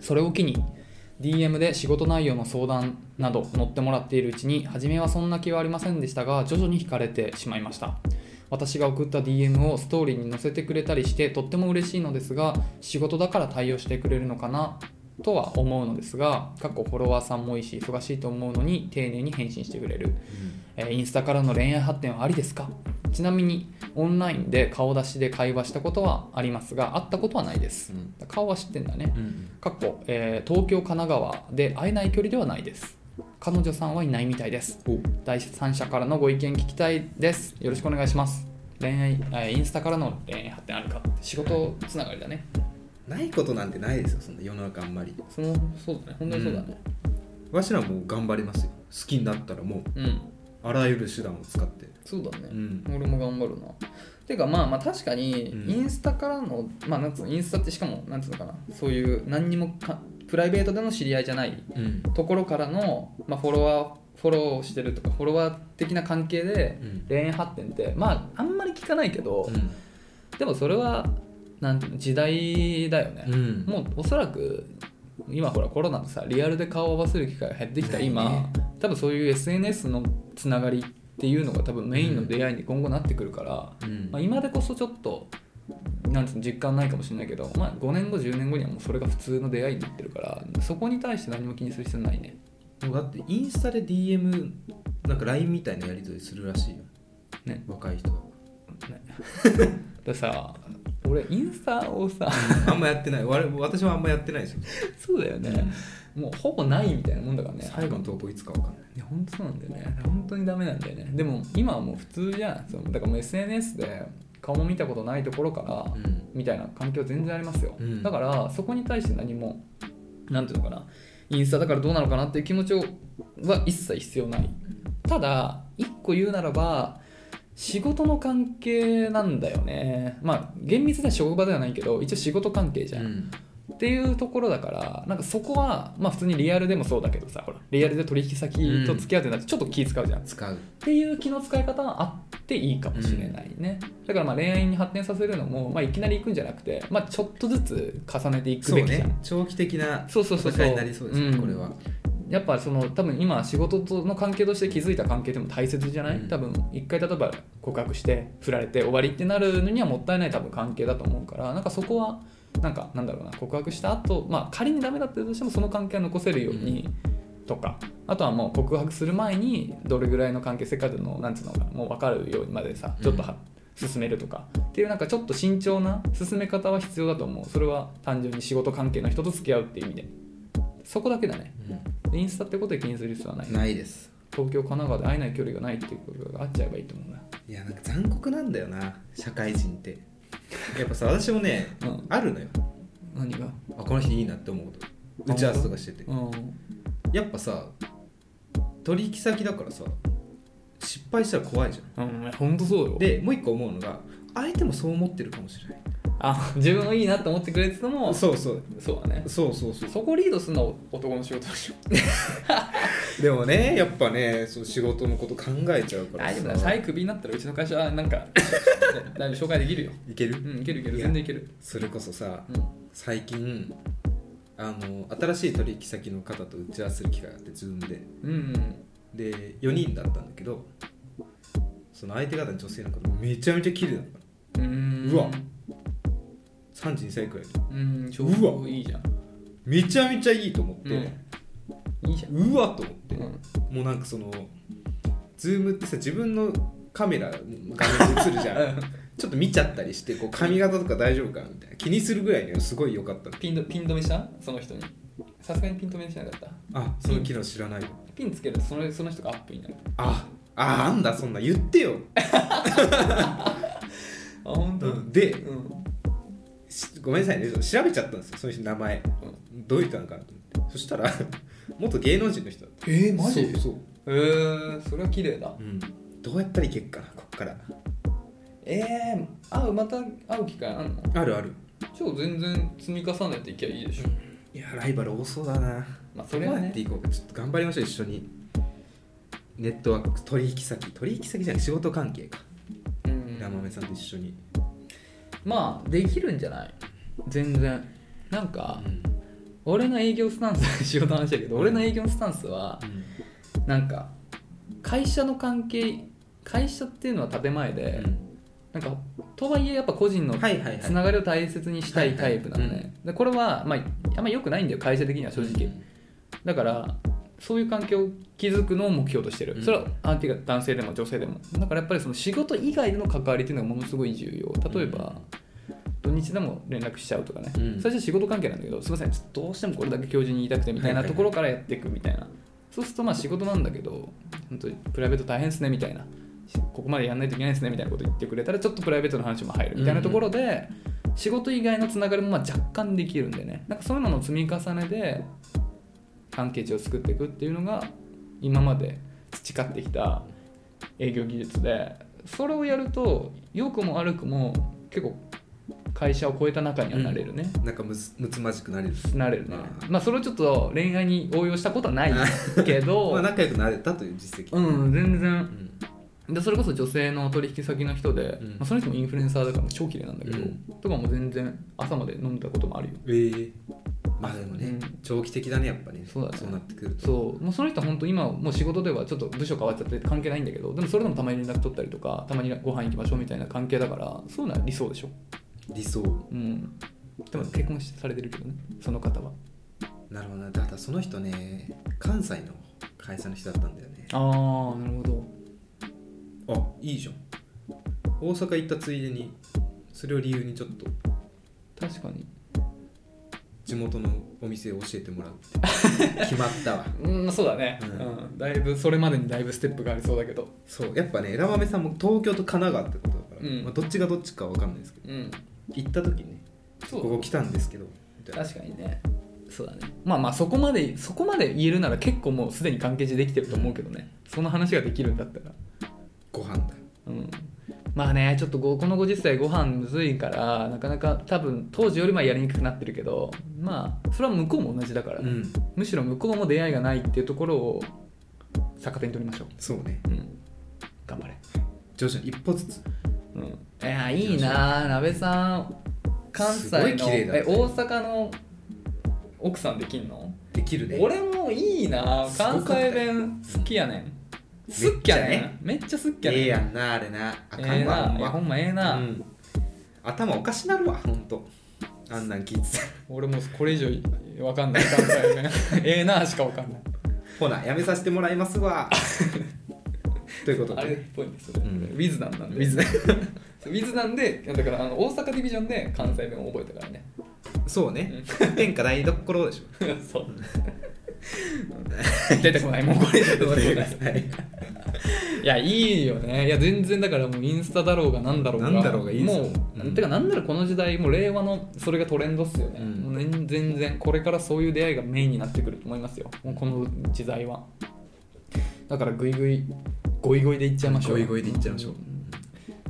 Speaker 2: それを機に DM で仕事内容の相談など乗ってもらっているうちに初めはそんな気はありませんでしたが徐々に惹かれてしまいました私が送った DM をストーリーに載せてくれたりしてとっても嬉しいのですが仕事だから対応してくれるのかなとは思うのですが過去フォロワーさんも多いし忙しいと思うのに丁寧に返信してくれるえーインスタからの恋愛発展はありですかちなみにオンラインで顔出しで会話したことはありますが会ったことはないです、
Speaker 1: うん
Speaker 2: 顔は知ってんだね
Speaker 1: うん
Speaker 2: かっこ、えー東京神奈川で会えない距離ではないです彼女さんはいないみたいです
Speaker 1: お
Speaker 2: 第三者からのご意見聞きたいですよろしくお願いします恋愛えーインスタからの恋愛発展あるか仕事つながりだね
Speaker 1: ないことなんてないですよそんな世の中あんまり
Speaker 2: そのそうだね本当にそうだね
Speaker 1: わしらもう頑張りますよ好きになったらもう
Speaker 2: うん、
Speaker 1: あらゆる手段を使って
Speaker 2: そうだね、
Speaker 1: うん
Speaker 2: 俺も頑張るなていうかまあまあ確かに
Speaker 1: うん
Speaker 2: インスタからの、まあなんつうのインスタってしかもなんつうのかなそういう何にもかプライベートでの知り合いじゃない
Speaker 1: うん
Speaker 2: ところからの、まあ、フォロワーフォローしてるとかフォロワー的な関係で
Speaker 1: うん
Speaker 2: 恋愛発展ってまああんまり聞かないけど、でもそれはなんていうの時代だよね、
Speaker 1: うん
Speaker 2: もうおそらく今ほらコロナでさリアルで顔を合わせる機会が減ってきた今、
Speaker 1: ないね
Speaker 2: 多分そういう SNS のつながりっていうのが多分メインの出会いに今後なってくるから、
Speaker 1: うん
Speaker 2: まあ、今でこそちょっとなんていうの実感ないかもしれないけど、まあ、5年後10年後にはもうそれが普通の出会いになってるからそこに対して何も気にする必要ないね
Speaker 1: もうだってインスタで DM なんか LINE みたいなやり取りするらしいよ
Speaker 2: ね
Speaker 1: 若い人は
Speaker 2: だからさ俺インスタをさ
Speaker 1: あんまやってない我々私はあんまやってないですよ
Speaker 2: そうだよねもうほぼないみたいなもんだからね
Speaker 1: 最後の投稿いつかわかんない
Speaker 2: いや本当そうなんだよね本当にダメなんだよねでも今はもう普通じゃんそのだからもう SNS で顔も見たことないところから、
Speaker 1: うん
Speaker 2: みたいな環境全然ありますよ、
Speaker 1: うん
Speaker 2: だからそこに対して何もなんていうのかなインスタだからどうなのかなっていう気持ちをは一切必要ないただ一個言うならば仕事の関係なんだよねまあ厳密な職場ではないけど一応仕事関係じゃん、
Speaker 1: ん
Speaker 2: っていうところだからなんかそこはまあ普通にリアルでもそうだけどさほらリアルで取引先と付き合うってなってちょっと気使うじゃん、っ
Speaker 1: 使う
Speaker 2: ていう気の使い方はあっていいかもしれないね、だからまあ恋愛に発展させるのも、まあ、いきなり行くんじゃなくて、まあ、ちょっとずつ重ねていく
Speaker 1: そう
Speaker 2: べきじゃん
Speaker 1: ね長期的な
Speaker 2: そうそうそうそう
Speaker 1: 戦いになりそうですね、
Speaker 2: うん
Speaker 1: これは
Speaker 2: やっぱその多分今仕事との関係として築いた関係でも大切じゃない、
Speaker 1: うん
Speaker 2: 多分一回例えば告白して振られて終わりってなるのにはもったいない多分関係だと思うからなんかそこはなんかなんだろうな告白した後、まあ仮にダメだったとしてもその関係は残せるようにとか、あとはもう告白する前にどれぐらいの関係世界でのなんつうのかなもう分かるようにまでさちょっとは、進めるとかっていうなんかちょっと慎重な進め方は必要だと思うそれは単純に仕事関係の人と付き合うっていう意味でそこだけだねインスタってことで気にする必要はない
Speaker 1: ないです
Speaker 2: 東京神奈川で会えない距離がないっていうことがあっちゃえばいいと思うない
Speaker 1: やなんか残酷なんだよな社会人ってやっぱさ私もね
Speaker 2: うん
Speaker 1: あるのよ
Speaker 2: 何が
Speaker 1: あこの人いいなって思うこと打ち合わせとかしてて
Speaker 2: うん
Speaker 1: やっぱさ取引先だからさ失敗したら怖いじゃん
Speaker 2: うんほんとそうよ
Speaker 1: でもう一個思うのが相手もそう思ってるかもしれない
Speaker 2: あ自分のいいなと思ってくれてたのもそ
Speaker 1: そうそう
Speaker 2: うだね
Speaker 1: そうそうそう
Speaker 2: そこリードするのは男の仕事でしょ
Speaker 1: でもねやっぱねそう仕事のこと考えちゃうから
Speaker 2: 大丈
Speaker 1: さ
Speaker 2: 夫だよ最クビになったらうちの会社はなんか 大丈夫紹介できるよ
Speaker 1: いけ
Speaker 2: う
Speaker 1: る
Speaker 2: んいけるいける
Speaker 1: いや
Speaker 2: 全然いける
Speaker 1: それこそさ
Speaker 2: うん
Speaker 1: 最近あの新しい取引先の方と打ち合わせする機会があって Zoom で
Speaker 2: うんうん
Speaker 1: で4人だったんだけどその相手方の女性なんかめちゃめちゃ綺麗だった
Speaker 2: うーん
Speaker 1: うわ32歳くらいで
Speaker 2: うんちょ
Speaker 1: うわ
Speaker 2: うどいいじゃん
Speaker 1: めちゃめちゃいいと思って、
Speaker 2: いいじゃん
Speaker 1: うわと思って、
Speaker 2: うん
Speaker 1: もうなんかそのズームってさ自分のカメラ画面に映るじ ゃんちょっと見ちゃったりしてこう髪型とか大丈夫かみたいな気にするぐらいにはすごい良かったの
Speaker 2: ピンドピン止めしたその人にさすがにピン止めしなかった
Speaker 1: あその機能知らないよ
Speaker 2: ピンつけるとそのその人がアップになる
Speaker 1: あああんだそんな言ってよ、
Speaker 2: あ本当。
Speaker 1: で
Speaker 2: うんうん
Speaker 1: しごめんなさいね調べちゃったんですよその人の名前どういう人なのかなと思ってそしたら 元芸能人の人だった
Speaker 2: えー、マジ
Speaker 1: そうそう、
Speaker 2: えー、それは綺麗だ
Speaker 1: うん、どうやったらいけっかなこっから
Speaker 2: えー、会うまた会う機会あんの
Speaker 1: あるある
Speaker 2: 超全然積み重ねていきゃいいでしょ
Speaker 1: いやライバル多そうだな
Speaker 2: まあそれはね
Speaker 1: どうやっていこうかちょっと頑張りましょう一緒にネットワーク取引先取引先じゃない仕事関係か
Speaker 2: うん
Speaker 1: 山目さんと一緒に、
Speaker 2: まあできるんじゃない全然なんか
Speaker 1: うん
Speaker 2: 俺の営業スタンス仕事の話だけど俺の営業スタンスはなんか会社の関係会社っていうのは建前で、なんかとはいえやっぱ個人の
Speaker 1: はいはいはい
Speaker 2: つながりを大切にしたいタイプなのね、
Speaker 1: はいはい
Speaker 2: でこれは、まあ、あんま良くないんだよ会社的には正直、だからそういう環境を築くのを目標としてる、
Speaker 1: うん
Speaker 2: それはあていうか男性でも女性でもだからやっぱりその仕事以外での関わりっていうのがものすごい重要例えば、土日でも連絡しちゃうとかね、
Speaker 1: うん
Speaker 2: 最初仕事関係なんだけどすいませんちょっとどうしてもこれだけ教授に言いたくてみたい
Speaker 1: は
Speaker 2: ない
Speaker 1: はいはい
Speaker 2: ところからやっていくみたいな、そうするとまあ仕事なんだけど本当にプライベート大変ですねみたいなここまでやんないといけないですねみたいなこと言ってくれたらちょっとプライベートの話も入るみたいなところで、仕事以外のつながりもまあ若干できるんでねなんかそういうのの積み重ねで関係値を作っていくっていうのが今まで培ってきた営業技術でそれをやると良くも悪くも結構会社を超えた仲にはなれるね、
Speaker 1: なんかむつむつまじくなれる
Speaker 2: なれるね
Speaker 1: あ
Speaker 2: まあそれをちょっと恋愛に応用したことはないけ ど、
Speaker 1: まあ仲良くなれたという実績、
Speaker 2: うん全然
Speaker 1: うん
Speaker 2: でそれこそ女性の取引先の人で、
Speaker 1: うん
Speaker 2: まあ、その人もインフルエンサーだからもう超綺麗なんだけど、
Speaker 1: うん
Speaker 2: とかも全然朝まで飲んだこともあるよ
Speaker 1: えーまあでもね、
Speaker 2: うん
Speaker 1: 長期的だねやっぱり、
Speaker 2: そうだね
Speaker 1: なってくると
Speaker 2: そうもうその人は本当今もう仕事ではちょっと部署変わっちゃって関係ないんだけどでもそれでもたまに連絡取ったりとかたまにご飯行きましょうみたいな関係だからそういうのは理想でしょ
Speaker 1: 理想
Speaker 2: うんでも結婚しされてるけどねその方は
Speaker 1: なるほどなただその人ね関西の会社の人だったんだよね
Speaker 2: ああなるほど
Speaker 1: あいいじゃん大阪行ったついでにそれを理由にちょっと
Speaker 2: 確かに
Speaker 1: 地元のお店を教えてもらって決まったわ
Speaker 2: うんそうだね、
Speaker 1: うん
Speaker 2: うん、だいぶそれまでにだいぶステップがありそうだけど
Speaker 1: そうやっぱね枝豆さんも東京と神奈川ってことだから、
Speaker 2: うん
Speaker 1: まあ、どっちがどっちかは分かんないですけど
Speaker 2: うん
Speaker 1: 行った時にね
Speaker 2: そ
Speaker 1: こ
Speaker 2: う
Speaker 1: こ来たんですけどみたいな
Speaker 2: 確かにねそうだねまあまあそこまでそこまで言えるなら結構もうすでに関係値できてると思うけどねその話ができるんだったら
Speaker 1: ご飯だ
Speaker 2: うんまあねちょっとごこの50歳ご飯むずいからなかなか多分当時よりはやりにくくなってるけどまあそれは向こうも同じだから、
Speaker 1: うん
Speaker 2: むしろ向こうも出会いがないっていうところを逆手に取りましょう、
Speaker 1: そうね
Speaker 2: うん、頑張れ、
Speaker 1: 徐々に一歩ずつ
Speaker 2: うん、いやーいいなー鍋さん関西の
Speaker 1: すごい綺麗だね
Speaker 2: え大阪の奥さんできんの
Speaker 1: できるね
Speaker 2: 俺もいいな
Speaker 1: すご
Speaker 2: 関
Speaker 1: かったよ
Speaker 2: 西弁好きやねん
Speaker 1: めっちゃね
Speaker 2: すっきゃねんめっちゃすっきゃねん
Speaker 1: ええやんなあれなあかんわ、
Speaker 2: ええな
Speaker 1: ほん
Speaker 2: いやほ
Speaker 1: ま
Speaker 2: んまええな、
Speaker 1: うん頭おかしなるわほんとあんなん聞いてたら
Speaker 2: 俺もうこれ以上わかんない関西 弁ええなしかわかんない
Speaker 1: ほなやめさせてもらい ますわということ
Speaker 2: あれっ
Speaker 1: で
Speaker 2: ぽいんですよね、
Speaker 1: うん
Speaker 2: ウィズなんなんで
Speaker 1: 水
Speaker 2: ウィズなんでだからあの大阪ディビジョンで関西弁を覚えたからね
Speaker 1: そうね天下台所でしょ
Speaker 2: そう 出てこないもうこれ出て こないいやいいよねいや全然だからもうインスタだろうがなんだろうが
Speaker 1: なんだろうがいいですよ
Speaker 2: もう、
Speaker 1: うん
Speaker 2: てかなんならこの時代もう令和のそれがトレンドっすよね、
Speaker 1: うん
Speaker 2: もう全全然これからそういう出会いがメインになってくると思いますよもうこの時代はだからグイグイゴイゴイでいっちゃいましょう
Speaker 1: ゴイゴイでいっちゃいましょうん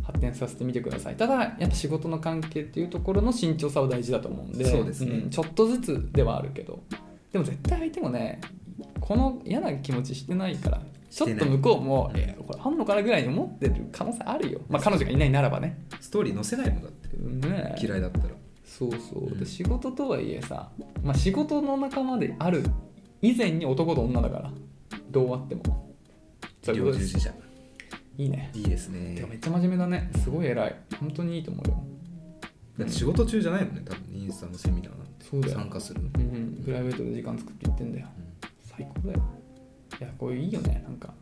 Speaker 2: 発展させてみてくださいただやっぱ仕事の関係っていうところの慎重さは大事だと思うんで
Speaker 1: そうですね
Speaker 2: んちょっとずつではあるけどでも絶対相手もねこの嫌な気持ちしてないからちょっ
Speaker 1: して
Speaker 2: と
Speaker 1: ない
Speaker 2: 向こうも、
Speaker 1: うん
Speaker 2: いやこれあんのかなぐらいに思ってる可能性あるよ、まあ、彼女がいないならばね
Speaker 1: ストーリー載せないもんだって
Speaker 2: ねえ
Speaker 1: 嫌いだったら
Speaker 2: そうそう、
Speaker 1: うん
Speaker 2: で仕事とはいえさ、まあ、仕事の仲間である以前に男と女だからどうあっても
Speaker 1: 医
Speaker 2: そういうこ
Speaker 1: 療
Speaker 2: と
Speaker 1: 従
Speaker 2: です
Speaker 1: 事者
Speaker 2: いいね
Speaker 1: いいです
Speaker 2: てかめ
Speaker 1: ね
Speaker 2: っちゃ真面目だねすごい偉い本当にいいと思うよ
Speaker 1: だって仕事中じゃないもんね多分インスタのセミナーなんて
Speaker 2: そうだよ
Speaker 1: 参加するの
Speaker 2: うんうんプライベートで時間作っていってんだよ最高だよいやこれいいよねなんか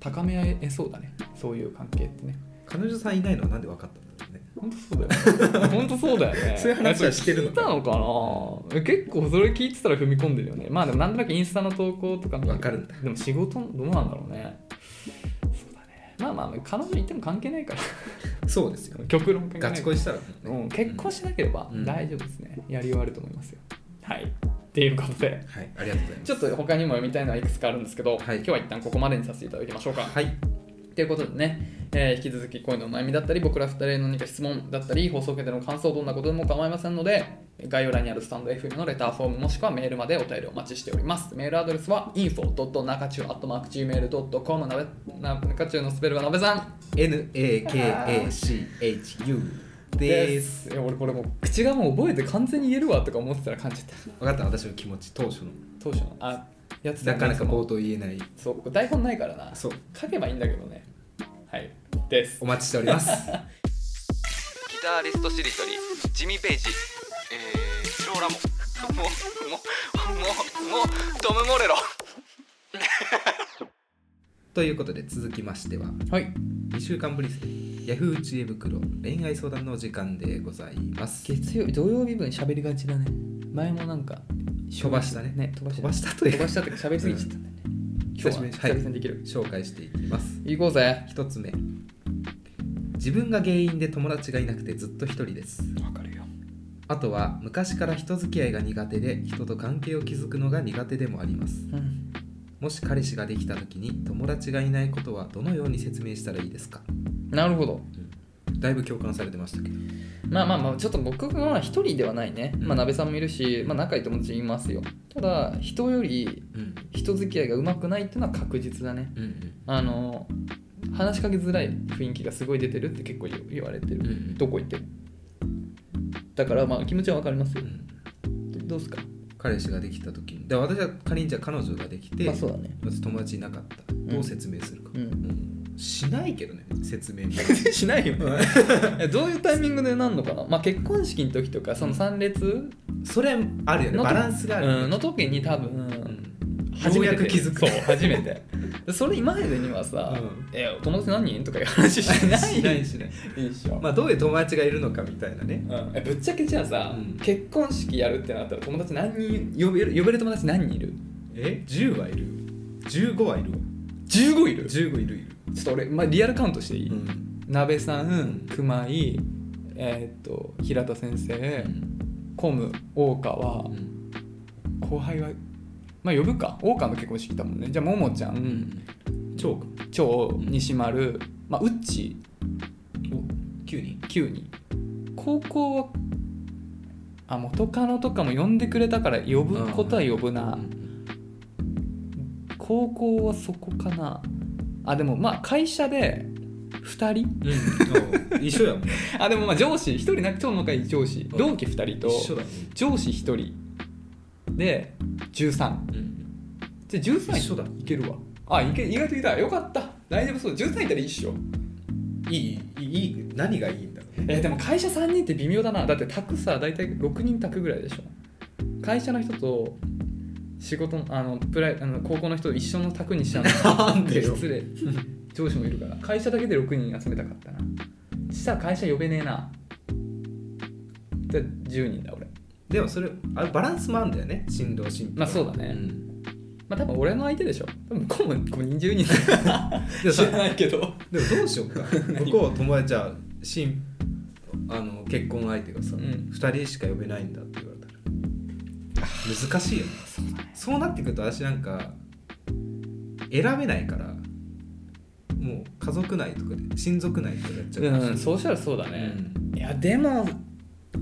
Speaker 2: 高め合えそうだねそういう関係ってね
Speaker 1: 彼女さんいないのはなんで分かったんだろうね
Speaker 2: 本当そうだ よね本当そうだよね
Speaker 1: そういう話はしてるの
Speaker 2: や
Speaker 1: か
Speaker 2: それ聞いたのかな結構それ聞いてたら踏み込んでるよねまあでもなんとなくインスタの投稿とか見る
Speaker 1: わかるんだ
Speaker 2: でも仕事のどうなんだろうねそうだねまあまあ彼女いても関係ないから
Speaker 1: そうですよ
Speaker 2: 極論関係ない
Speaker 1: ガチ恋したらもう
Speaker 2: う
Speaker 1: ね
Speaker 2: ん、結婚しなければ
Speaker 1: うん
Speaker 2: 大丈夫ですね、やり終わると思いますよはいっていうことで
Speaker 1: はいありがとうございます
Speaker 2: ちょっと他にも読みたいのはいくつかあるんですけど、
Speaker 1: はい
Speaker 2: 今日は一旦ここまでにさせていただきましょうか。
Speaker 1: はい
Speaker 2: ということでね、えー引き続き恋のお悩みだったり、僕ら2人への何か質問だったり、放送を受けての感想、どんなことでも構いませんので、概要欄にあるスタンド FM のレターフォームもしくはメールまでお便りお待ちしております。メールアドレスは info.nakachu.gmail.com なべな中中のスペルはなべさん
Speaker 1: NAKACHU です
Speaker 2: いや俺これもう口がもう覚えて完全に言えるわとか思ってたら感じた。
Speaker 1: 分かった私の気持ち当初の
Speaker 2: 当初のあやつだ
Speaker 1: な
Speaker 2: ね
Speaker 1: かなか冒頭言えない
Speaker 2: そうこれ台本ないからな。
Speaker 1: そう
Speaker 2: 書けばいいんだけどねはいです
Speaker 1: お待ちしております
Speaker 3: ギタリストしりとりジミー・ペイジ、えー、スローラモンもうもうもうもうトム・モレロ
Speaker 1: ということで続きましては
Speaker 2: はい
Speaker 1: 2週間ぶりですね Yahoo 知恵袋恋愛相談のお時間でございます
Speaker 2: 月曜土曜日分喋りがちだね前もなんか
Speaker 1: 飛ばしたね
Speaker 2: 飛ばし
Speaker 1: 飛
Speaker 2: た
Speaker 1: ばしたという
Speaker 2: 飛ばしたってか喋りすぎちゃったんだよね、今
Speaker 1: 久し
Speaker 2: 日は
Speaker 1: ぶりに
Speaker 2: 久々にできる、
Speaker 1: 紹介していきます
Speaker 2: 行こうぜ
Speaker 1: 1つ目自分が原因で友達がいなくてずっと一人です
Speaker 2: わかるよ
Speaker 1: あとは昔から人付き合いが苦手で人と関係を築くのが苦手でもあります
Speaker 2: うん
Speaker 1: もし彼氏ができた時に友達がいないことはどのように説明したらいいですか
Speaker 2: なるほど
Speaker 1: だいぶ共感されてましたけど
Speaker 2: まあまあまあちょっと僕は一人ではないね、まあ鍋さんもいるし、まあ、仲いい友達いますよただ人より
Speaker 1: うん
Speaker 2: 人付き合いがうまくないっていうのは確実だね
Speaker 1: うんうん
Speaker 2: あの話しかけづらい雰囲気がすごい出てるって結構言う言われてる、
Speaker 1: うん
Speaker 2: どこ行ってもだからまあ気持ちはわかりますよ
Speaker 1: うん
Speaker 2: どどうすか
Speaker 1: 彼氏ができた時にで私は仮にじゃあ彼女ができて、
Speaker 2: まあそうだ ね
Speaker 1: まず友達いなかったどう説明するか、
Speaker 2: うん
Speaker 1: うんしないけどね説明
Speaker 2: しないよ どういうタイミングでなんのかな、まあ、結婚式の時とかその参列
Speaker 1: それあるよね
Speaker 2: の
Speaker 1: バランスがある、
Speaker 2: うんの時に多分、
Speaker 1: うん
Speaker 2: 初めて
Speaker 1: ようやく気づく
Speaker 2: そう初めてでそれ今までにはさ
Speaker 1: うん
Speaker 2: 「え友達何人?」とかいう話しない
Speaker 1: しないしない
Speaker 2: いいっしょ、
Speaker 1: まあどういう友達がいるのかみたいなね
Speaker 2: うんえぶっちゃけじゃあさ、
Speaker 1: うん
Speaker 2: 結婚式やるってなったら友達何人呼べる呼べる友達何人いる
Speaker 1: え10はいる15はいるわ
Speaker 2: ?15 いるちょ
Speaker 1: 15いるいる、
Speaker 2: っと俺、まあ、リアルカウントしていい、
Speaker 1: うん
Speaker 2: 鍋さん熊井えーっと平田先生コム大川
Speaker 1: うん
Speaker 2: 後輩はまあ呼ぶか大川の結婚式だもんねじゃあももちゃ
Speaker 1: うんん超か
Speaker 2: 長
Speaker 1: うん
Speaker 2: 西丸まあうっち
Speaker 1: 9人
Speaker 2: 9人高校はあ元カノとかも呼んでくれたから呼ぶことは呼ぶな、
Speaker 1: うん
Speaker 2: 高校はそこかなあでもまあ会社で2人
Speaker 1: うん一緒やもん
Speaker 2: あでもまあ上司1人なく超仲いい上司
Speaker 1: うん
Speaker 2: 同期2人と
Speaker 1: 一緒だもん
Speaker 2: 上司1人で13
Speaker 1: うん
Speaker 2: じゃあ13
Speaker 1: 一緒だ
Speaker 2: いけるわあいけ意外といたよかった大丈夫そう13いたら一緒
Speaker 1: いいいいいい何がいいんだろう
Speaker 2: えーでも会社3人って微妙だなだって宅さ大体6人宅ぐらいでしょ会社の人と仕事のあのプライあの高校の人と一緒の宅にしちゃう の
Speaker 1: なんでよ
Speaker 2: 失礼上司もいるから会社だけで6人集めたかったなしたら会社呼べねえなで10人だ俺
Speaker 1: でもそれあバランスもあるんだよね新郎新婦
Speaker 2: まあそうだね
Speaker 1: ん
Speaker 2: まあ多分俺の相手でしょ多分向こうも5人10人だ
Speaker 1: でも
Speaker 2: 知
Speaker 1: さ
Speaker 2: らないけど
Speaker 1: でもどうし ようか向こう友達じゃあ新あの結婚相手がさ、
Speaker 2: う
Speaker 1: 二
Speaker 2: ん
Speaker 1: 2人しか呼べないんだって言われたら難しいよね
Speaker 2: そうだね
Speaker 1: そうなってくると私なんか選べないからもう家族内とかで親族内とかでやっちゃうかもしれ
Speaker 2: う
Speaker 1: ない
Speaker 2: んそうしたらそうだね、
Speaker 1: うん
Speaker 2: いやでも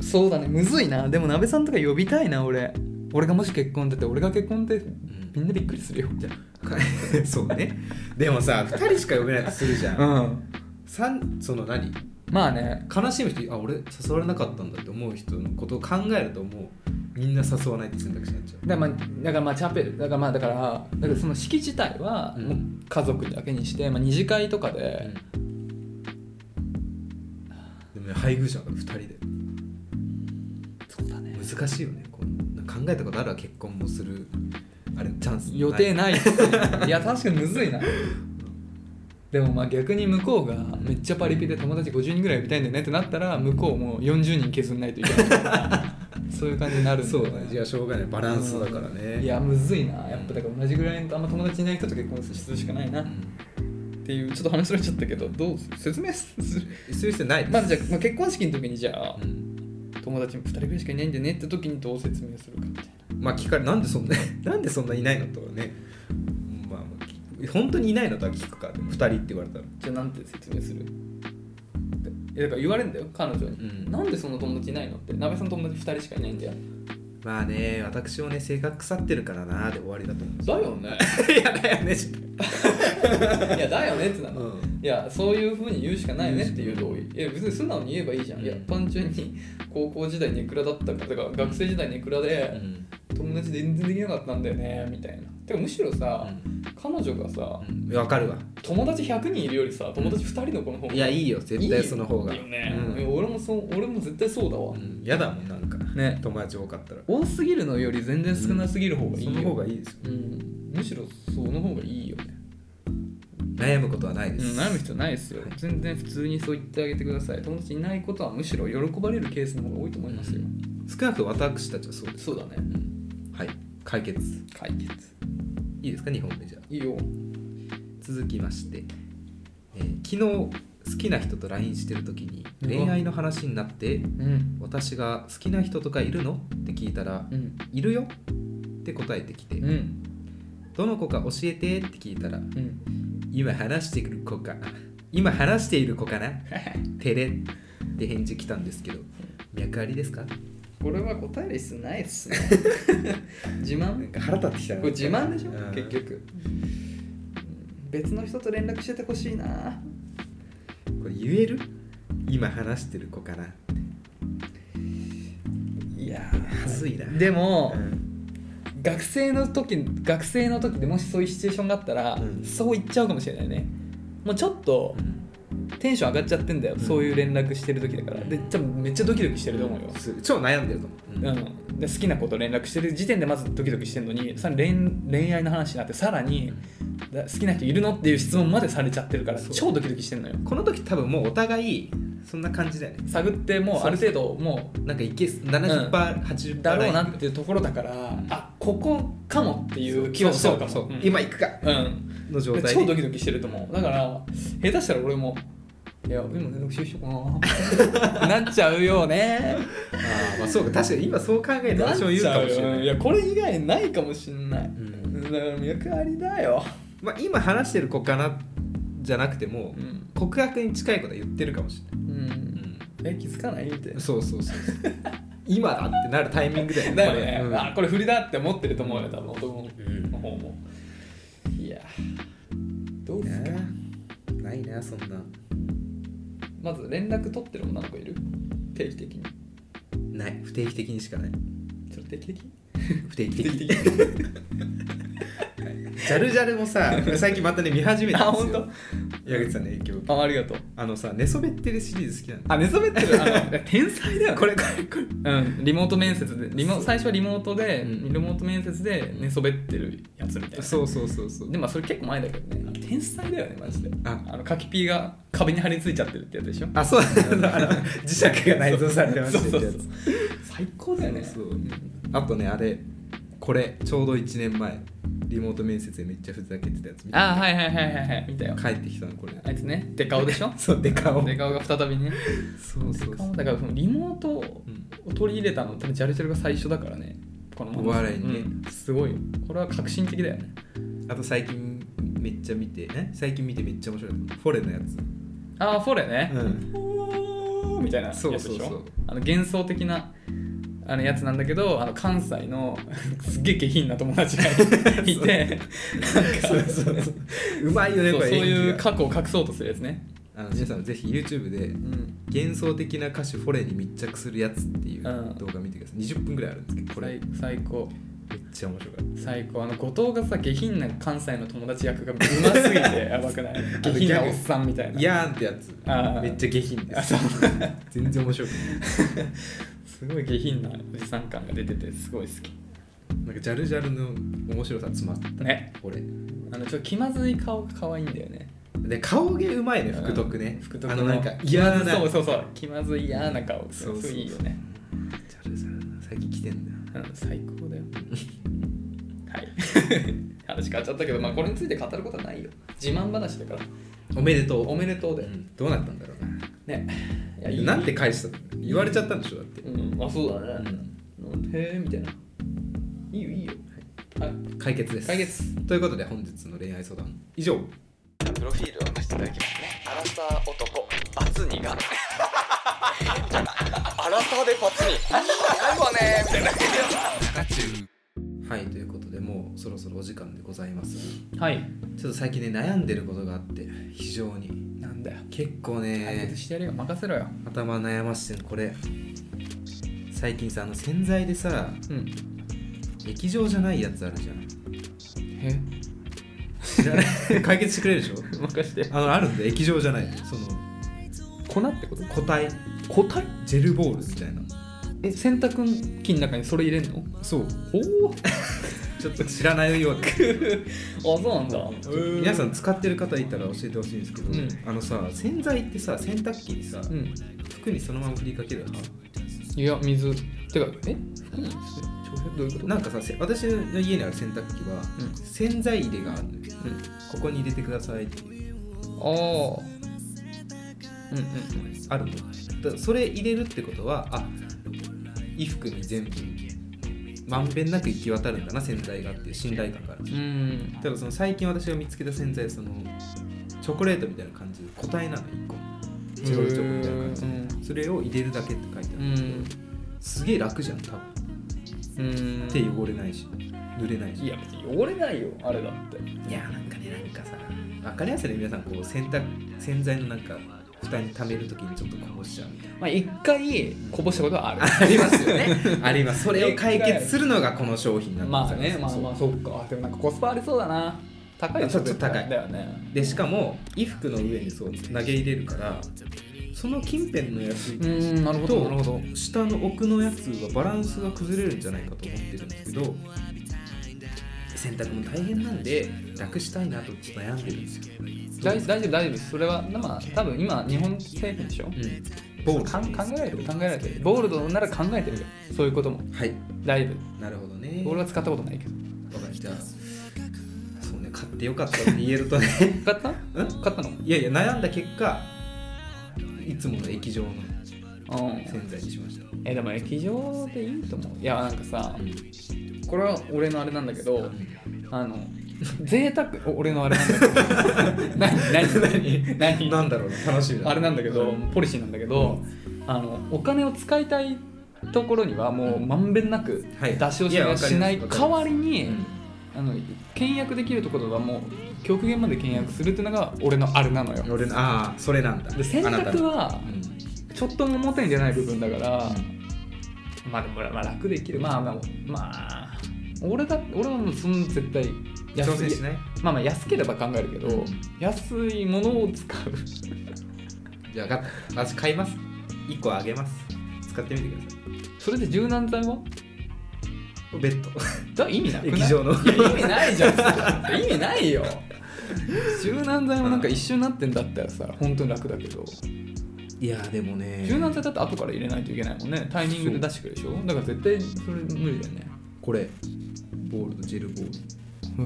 Speaker 2: そうだねむずいなでも鍋さんとか呼びたいな俺俺がもし結婚ってて俺が結婚ってみんなびっくりするよじゃ
Speaker 1: か そうねでもさ2人しか呼べないとするじゃん、
Speaker 2: うん
Speaker 1: 三その何
Speaker 2: まあね
Speaker 1: 悲しむ人あ俺誘われなかったんだって思う人のことを考えるともうみんな誘わないって選択肢になっちゃ
Speaker 2: だからまあだからまあチャペルだからまあだからだからその式自体は
Speaker 1: うん
Speaker 2: もう家族だけにして、まあ、二次会とか
Speaker 1: う、
Speaker 2: で、
Speaker 1: でもね配偶者が2人で
Speaker 2: そうだね
Speaker 1: 難しいよねこうなんか考えたことあるわ結婚もするあれチャンス
Speaker 2: 予定
Speaker 1: な
Speaker 2: ないっすねいや確かにむずいなでもまあ逆に向こうがめっちゃパリピで友達50人ぐらい呼びたいんだよねってなったら向こうも40人削んないといけないから そういう感じになるんだ
Speaker 1: そ
Speaker 2: よ
Speaker 1: うだねいやしょうがないバランスだからね
Speaker 2: いやむずいなやっぱだから同じぐらいのあんま友達いない人と結婚するしかないな
Speaker 1: う
Speaker 2: っ
Speaker 1: ん
Speaker 2: ていうちょっと話それちゃったけどどうす説明する
Speaker 1: そういう人ないです
Speaker 2: まずじゃあ、まあ、結婚式の時にじゃあ
Speaker 1: うん
Speaker 2: 友達も2人ぐらいしかいないんだよねって時にどう説明するかみたい
Speaker 1: まあ聞かれなんでそんな なんでそんないないのとかねまあまあ聞く本当にいないのとは聞くかでも2人って言われたら
Speaker 2: なじゃあなんて説明するいやだから言われるんだよ彼女に、
Speaker 1: うん
Speaker 2: なんでその友達いないのって鍋さんの友達2人しかいないんだよ
Speaker 1: まあね私もね性格腐ってるからなーで終わりだと思
Speaker 2: だよね
Speaker 1: う いやだよね
Speaker 2: いやだよねってなの、
Speaker 1: うん
Speaker 2: いやそういうふうに言うしかないねっていう同意いや別に素直に言えばいいじゃん、
Speaker 1: うん
Speaker 2: いや一般中に高校時代ネクラだったからだから学生時代ネクラで、
Speaker 1: うん
Speaker 2: 友達全然できなかったんだよねみたいなてかむしろさ、彼女がさ
Speaker 1: うんわかるわ
Speaker 2: 友達100人いるよりさ友達2人の子の方が
Speaker 1: いやいいよ絶対その方が
Speaker 2: いいよね、
Speaker 1: うん
Speaker 2: いや俺もそう俺も絶対そうだわ
Speaker 1: う、んやだもんなんか
Speaker 2: ね
Speaker 1: 友達多かったら
Speaker 2: 多すぎるのより全然少なすぎる方がいい
Speaker 1: そ
Speaker 2: よ、
Speaker 1: の方がいいですよ
Speaker 2: うん、むしろその方がいいよね、
Speaker 1: 悩むことはない
Speaker 2: うん、
Speaker 1: です
Speaker 2: 悩む必要ないですよ全然普通にそう言ってあげてください友達いないことはむしろ喜ばれるケースの方が多いと思いますよ、
Speaker 1: 少なくとも私たちはそうです
Speaker 2: そうだね
Speaker 1: はい解決
Speaker 2: 解決
Speaker 1: いいですか2本目じゃあ
Speaker 2: いいよ
Speaker 1: 続きまして、えー昨日好きな人と LINE してる時に
Speaker 2: うわ
Speaker 1: 恋愛の話になって
Speaker 2: うん
Speaker 1: 私が好きな人とかいるのって聞いたら
Speaker 2: うん
Speaker 1: いるよって答えてきて
Speaker 2: うん
Speaker 1: どの子か教えてって聞いたら
Speaker 2: うん
Speaker 1: 今話している子か今話している子かなてれって返事来たんですけど脈ありですか
Speaker 2: これは答える必要ないです ね自
Speaker 1: なん
Speaker 2: 慢
Speaker 1: か腹立ってきたな
Speaker 2: これ自慢でしょ
Speaker 1: うん
Speaker 2: 結局うん別の人と連絡しててほしいな
Speaker 1: これ言える今話してる子かない
Speaker 2: や
Speaker 1: はずいな
Speaker 2: でも、
Speaker 1: うん
Speaker 2: 学生の時学生の時でもしそういうシチュエーションがあったら、
Speaker 1: うん
Speaker 2: そう言っちゃうかもしれないねもうちょっとテンション上がっちゃってんだよ、
Speaker 1: ん
Speaker 2: そういう連絡してる時だからで多分めっちゃドキドキしてると思うよ、
Speaker 1: す超悩んでると思う
Speaker 2: う
Speaker 1: うん
Speaker 2: ん、で好きな子と連絡してる時点でまずドキドキしてるのにさらに恋恋愛の話になってさらにだ好きな人いるのっていう質問までされちゃってるから
Speaker 1: そう
Speaker 2: 超ドキドキしてるのよ
Speaker 1: この時多分もうお互いそんな感じだよね
Speaker 2: 探ってもうある程度も
Speaker 1: なんかいけ 70%80%
Speaker 2: うだろうなっていうところだから、あここかもっていう気はしちゃうかも
Speaker 1: そうそう
Speaker 2: うん
Speaker 1: 今行くか
Speaker 2: うん
Speaker 1: の状態で
Speaker 2: 超ドキドキしてると思うだから下手したら俺もいや今連絡しようしようかな なっちゃうよね
Speaker 1: あーまあそうか確かに今そう考えた
Speaker 2: な
Speaker 1: ら
Speaker 2: っち
Speaker 1: そう
Speaker 2: ゃう
Speaker 1: 言うかもしれ
Speaker 2: よ
Speaker 1: ない
Speaker 2: いやこれ以外ないかもしれない、
Speaker 1: ん
Speaker 2: だから脈ありだよ、
Speaker 1: まあ、今話してる子かなじゃなくても、
Speaker 2: うん
Speaker 1: 告白に近いことは言ってるかもしれ
Speaker 2: う
Speaker 1: ない
Speaker 2: ん、、え気づかないみたいな
Speaker 1: そうそうそうそう今だってなるタイミングだよね
Speaker 2: だ
Speaker 1: これう
Speaker 2: よね、
Speaker 1: ん
Speaker 2: あこれ振りだって思ってると思うよ多分男の方も、いやどうですか、
Speaker 1: ねないなそんな
Speaker 2: まず連絡取ってる女の子いる定期的に
Speaker 1: ない不定期的にしかない
Speaker 2: それ定期的
Speaker 1: 不 定期
Speaker 2: 定
Speaker 1: 的
Speaker 2: 期
Speaker 1: に
Speaker 2: 的
Speaker 1: ジャルジャルもさ最近またね見始めた
Speaker 2: あ
Speaker 1: んです
Speaker 2: 本
Speaker 1: よ
Speaker 2: 当
Speaker 1: 矢口さんの影響を受け
Speaker 2: あありがとう
Speaker 1: あのさ寝そべってるシリーズ好きなんだ
Speaker 2: あ寝そべってるあ の天才だよ
Speaker 1: これこれこれ
Speaker 2: うん、リモート面接でリモ最初はリモートで、
Speaker 1: うん
Speaker 2: リモート面接で寝そべってるやつみたいな
Speaker 1: そうそうそうそう
Speaker 2: でもまあそれ結構前だけどねあの天才だよねマジで
Speaker 1: あ
Speaker 2: あの柿ピーが壁に張り付いちゃってるってやつでしょ
Speaker 1: あそうなんだあの磁石が内蔵されてました
Speaker 2: そう
Speaker 1: って
Speaker 2: そう
Speaker 1: や
Speaker 2: そ
Speaker 1: つ
Speaker 2: う最高だよね
Speaker 1: そうそうあとねあれこれちょうど1年前リモート面接でめっちゃふざけてたやつ見た
Speaker 2: あはいはいはいはいはい見たよ
Speaker 1: 帰ってきたのこれ
Speaker 2: あいつねデカオでしょ
Speaker 1: そうデカオ
Speaker 2: デカオが再びね
Speaker 1: そうそうそ
Speaker 2: デカオ
Speaker 1: う
Speaker 2: だからそのリモートを取り入れたの多分ジャルジャルが最初だからねこの漫才
Speaker 1: お笑いにね
Speaker 2: うんすごいよこれは革新的だよね
Speaker 1: あと最近めっちゃ見てね最近見てめっちゃ面白いフォレのやつ
Speaker 2: ああフォレね、
Speaker 1: うん
Speaker 2: みたいなやつでしょ
Speaker 1: そうそうそう
Speaker 2: あの幻想的なあのやつなんだけどあの関西 のすっげえ下品な友達がいて
Speaker 1: そうそうそううまいよ
Speaker 2: そ
Speaker 1: ね
Speaker 2: う
Speaker 1: こ
Speaker 2: そう
Speaker 1: れ
Speaker 2: いう
Speaker 1: 演技が
Speaker 2: 過去を隠そうとするやつね、
Speaker 1: あの皆さんもぜひ YouTube で
Speaker 2: うん、
Speaker 1: 幻想的な歌手フォレに密着するやつっていう
Speaker 2: うん
Speaker 1: 動画見てください20分ぐらいあるんですけどこれめ
Speaker 2: 最
Speaker 1: っ
Speaker 2: 最高
Speaker 1: ちゃ面白かっ
Speaker 2: 最高あの後藤がさ下品な関西の友達役がうますぎ てやばくない
Speaker 1: と
Speaker 2: 下品なおっさんみたい
Speaker 1: た「
Speaker 2: な
Speaker 1: やーん」ってやつ
Speaker 2: あー
Speaker 1: めっちゃ下品で
Speaker 2: あ
Speaker 1: す
Speaker 2: そう
Speaker 1: 全然面白くない
Speaker 2: すごい下品なおじさん感が出ててすごい好き
Speaker 1: なんかジャルジャルの面白さ詰まった
Speaker 2: ね
Speaker 1: これ
Speaker 2: あのちょっと気まずい顔が可愛いんだよね
Speaker 1: で顔芸うまいね福徳ね
Speaker 2: 福徳
Speaker 1: あ
Speaker 2: の
Speaker 1: のなんか嫌な
Speaker 2: そうそうそう気まずい嫌な顔すごいいいよね
Speaker 1: ジャルジャルな最近来てんだよ
Speaker 2: うん最 高だよはい話変わっちゃったけどまあこれについて語ることはないよ自慢話だから
Speaker 1: おめでとう
Speaker 2: おめでとうで
Speaker 1: うんどうなったんだろうな
Speaker 2: ねい
Speaker 1: なんて返したの言われちゃったんでしょだって
Speaker 2: うんあそうだねうんへえみたいないいよいいよはい
Speaker 1: 解決です
Speaker 2: 解決
Speaker 1: ということで本日の恋愛相談以上
Speaker 3: プロフィールを出していただきますねアラサー男バツニがアラサーでバツニないわねみたいな
Speaker 1: はいということでもうそろそろお時間でございます
Speaker 2: はい
Speaker 1: ちょっと最近ね悩んでることがあって非常に
Speaker 2: なんだよ
Speaker 1: 結構
Speaker 2: 解
Speaker 1: ね
Speaker 2: 決してやるよ任せろよ
Speaker 1: 頭悩ましてるこれ最近さあの洗剤でさ
Speaker 2: うん
Speaker 1: 液状じゃないやつあるじゃん
Speaker 2: え
Speaker 1: 知らない 解決してくれるでしょ
Speaker 2: 任して
Speaker 1: あのあるんで液状じゃないその
Speaker 2: 粉ってこと
Speaker 1: 固体
Speaker 2: 固体
Speaker 1: ジェルボールみたいな
Speaker 2: え洗濯機の中にそれ入れんの
Speaker 1: そう
Speaker 2: ほう
Speaker 1: ちょっと知らないようで
Speaker 2: あ そうなんだ
Speaker 1: 皆さん使ってる方いたら教えてほしいんですけど、
Speaker 2: うん
Speaker 1: あのさ洗剤ってさ洗濯機にさ、
Speaker 2: うん
Speaker 1: 服にそのまま振りかける派
Speaker 2: いや、水。てか、え服に水長編どういうこと
Speaker 1: なんかさせ私の家にある洗濯機は、
Speaker 2: うん
Speaker 1: 洗剤入れがあるのよ
Speaker 2: うん、
Speaker 1: ここに入れてくださいっていう
Speaker 2: ああ。うんうんうん。
Speaker 1: あるのだからそれ入れるってことはあ衣服に全部まんべんなく行き渡るんだな洗剤がっていう信頼感がある
Speaker 2: うん。
Speaker 1: ただその最近私が見つけた洗剤そのチョコレートみたいな感じで固体なの1個白いチョコみたいな感じ
Speaker 2: うん
Speaker 1: でそれを入れるだけって書いてあるんだけど、
Speaker 2: うん
Speaker 1: すげえ楽じゃん多分
Speaker 2: うん。
Speaker 1: 手汚れないし濡れないし
Speaker 2: いや、別に汚れないよ、あれだって。
Speaker 1: いやーなんかねなんかさ分かりやすいね皆さんこう洗濯洗剤のなんか蓋に溜めるときにちょっとこぼしちゃうみたいな
Speaker 2: まあ、一回こぼしたことはある。
Speaker 1: ありますよねありますそれを解決するのがこの商品なん
Speaker 2: まあ
Speaker 1: です
Speaker 2: ね、まあまあ、そっか。でもなんかコスパありそうだな。高いでし
Speaker 1: ちょっと高い
Speaker 2: だよね。
Speaker 1: でしかも衣服の上にそう投げ入れるからその近辺のやつ
Speaker 2: うん、なるほど、なるほど。
Speaker 1: と下の奥のやつはバランスが崩れるんじゃないかと思ってるんですけど洗濯も大変なんで楽したいなとちょっと悩んでるんですよ、
Speaker 2: 大大丈夫、大丈夫です。それは、まあ、多分今、日本製品でしょ
Speaker 1: うん、ボール
Speaker 2: かん考えられてる、考えられてる。ボールドなら考えてるよ。そういうことも。
Speaker 1: はい
Speaker 2: 大丈夫。
Speaker 1: なるほどね
Speaker 2: 俺は使ったことないけど。
Speaker 1: わかりましたそうね買ってよかったって言えるとね
Speaker 2: 買った
Speaker 1: うん
Speaker 2: 買ったの
Speaker 1: いやいや悩んだ結果いつもの液状の
Speaker 2: うん。
Speaker 1: 洗剤にしました、
Speaker 2: え、でも液状でいいと思う。いや、なんかさ、これは俺のあれなんだけど、あの、贅沢、お俺のあれなんだけ ど、何何何何
Speaker 1: なんだろうね楽しみだ
Speaker 2: あれなんだけど
Speaker 1: う、
Speaker 2: ポリシーなんだけど、あの、お金を使いたいところにはもうまんべんなく
Speaker 1: はい
Speaker 2: 出し惜しみはしない
Speaker 1: いやわかります
Speaker 2: 代わりに、
Speaker 1: うん
Speaker 2: あの倹約できるところはもう極限まで倹約するっていうのが俺のあれなのよ
Speaker 1: 俺のああそれなんだ
Speaker 2: で洗
Speaker 1: あなた
Speaker 2: 濯
Speaker 1: の
Speaker 2: はちょっとも表に出ない部分だから、まあでもまあ楽できるまあまあまあ俺だ俺はもうそんな絶対
Speaker 1: 挑戦しない
Speaker 2: まあまあ安ければ考えるけど、
Speaker 1: うん
Speaker 2: 安いものを使う
Speaker 1: じゃあ分かった私買います1個あげます使ってみてくださ
Speaker 2: それで柔軟剤はい
Speaker 1: ベ ッド
Speaker 2: だ意味なくない
Speaker 1: 液状の
Speaker 2: いや意味ないじゃんそれ 意味ないよ柔軟剤もなんか一緒になってんだったらさ本当に楽だけど
Speaker 1: いやでもね
Speaker 2: 柔軟剤だって後から入れないといけないもんねタイミングで出してくるでしょだから絶対それ無理だよね
Speaker 1: これボールドジェルボー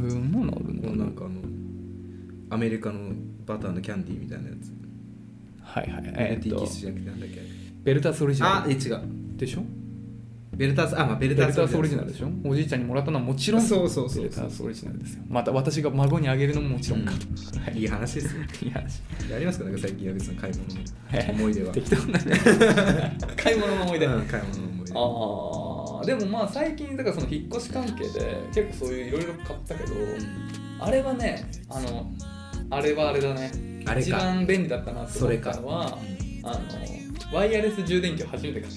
Speaker 1: ル
Speaker 2: うんもうなるんだ
Speaker 1: もうなんかあのアメリカのバターのキャンディーみたいなやつ
Speaker 2: はいはいえーっ
Speaker 1: ティーキ
Speaker 2: と
Speaker 1: ッスじゃなくてなんだっけ
Speaker 2: ベルタスオリジナ
Speaker 1: あえ
Speaker 2: ル
Speaker 1: 違う
Speaker 2: でしょ
Speaker 1: ベルタスあまあベ
Speaker 2: ベ
Speaker 1: ル
Speaker 2: ル
Speaker 1: タス
Speaker 2: タスオリジナルでしょおじいちゃんにもらったのはもちろん
Speaker 1: そうそうそう
Speaker 2: ベルタスオリジナルですよまた私が孫にあげるのももちろんか、はい
Speaker 1: いい話ですよ
Speaker 2: いい話
Speaker 1: やりますかなんか最近矢口さん買い物
Speaker 2: え
Speaker 1: の思い出は
Speaker 2: 適当な買い物の思い出、
Speaker 1: うん買い物の思い出
Speaker 2: ああでもまあ最近だからその引っ越し関係で結構そういういろいろ買ったけど、あれはねあのあれはあれだね
Speaker 1: あれか
Speaker 2: 一番便利だったなと
Speaker 1: そ
Speaker 2: 思
Speaker 1: れ
Speaker 2: っ
Speaker 1: か
Speaker 2: たのはあのワイヤレス充電器を初めて買っ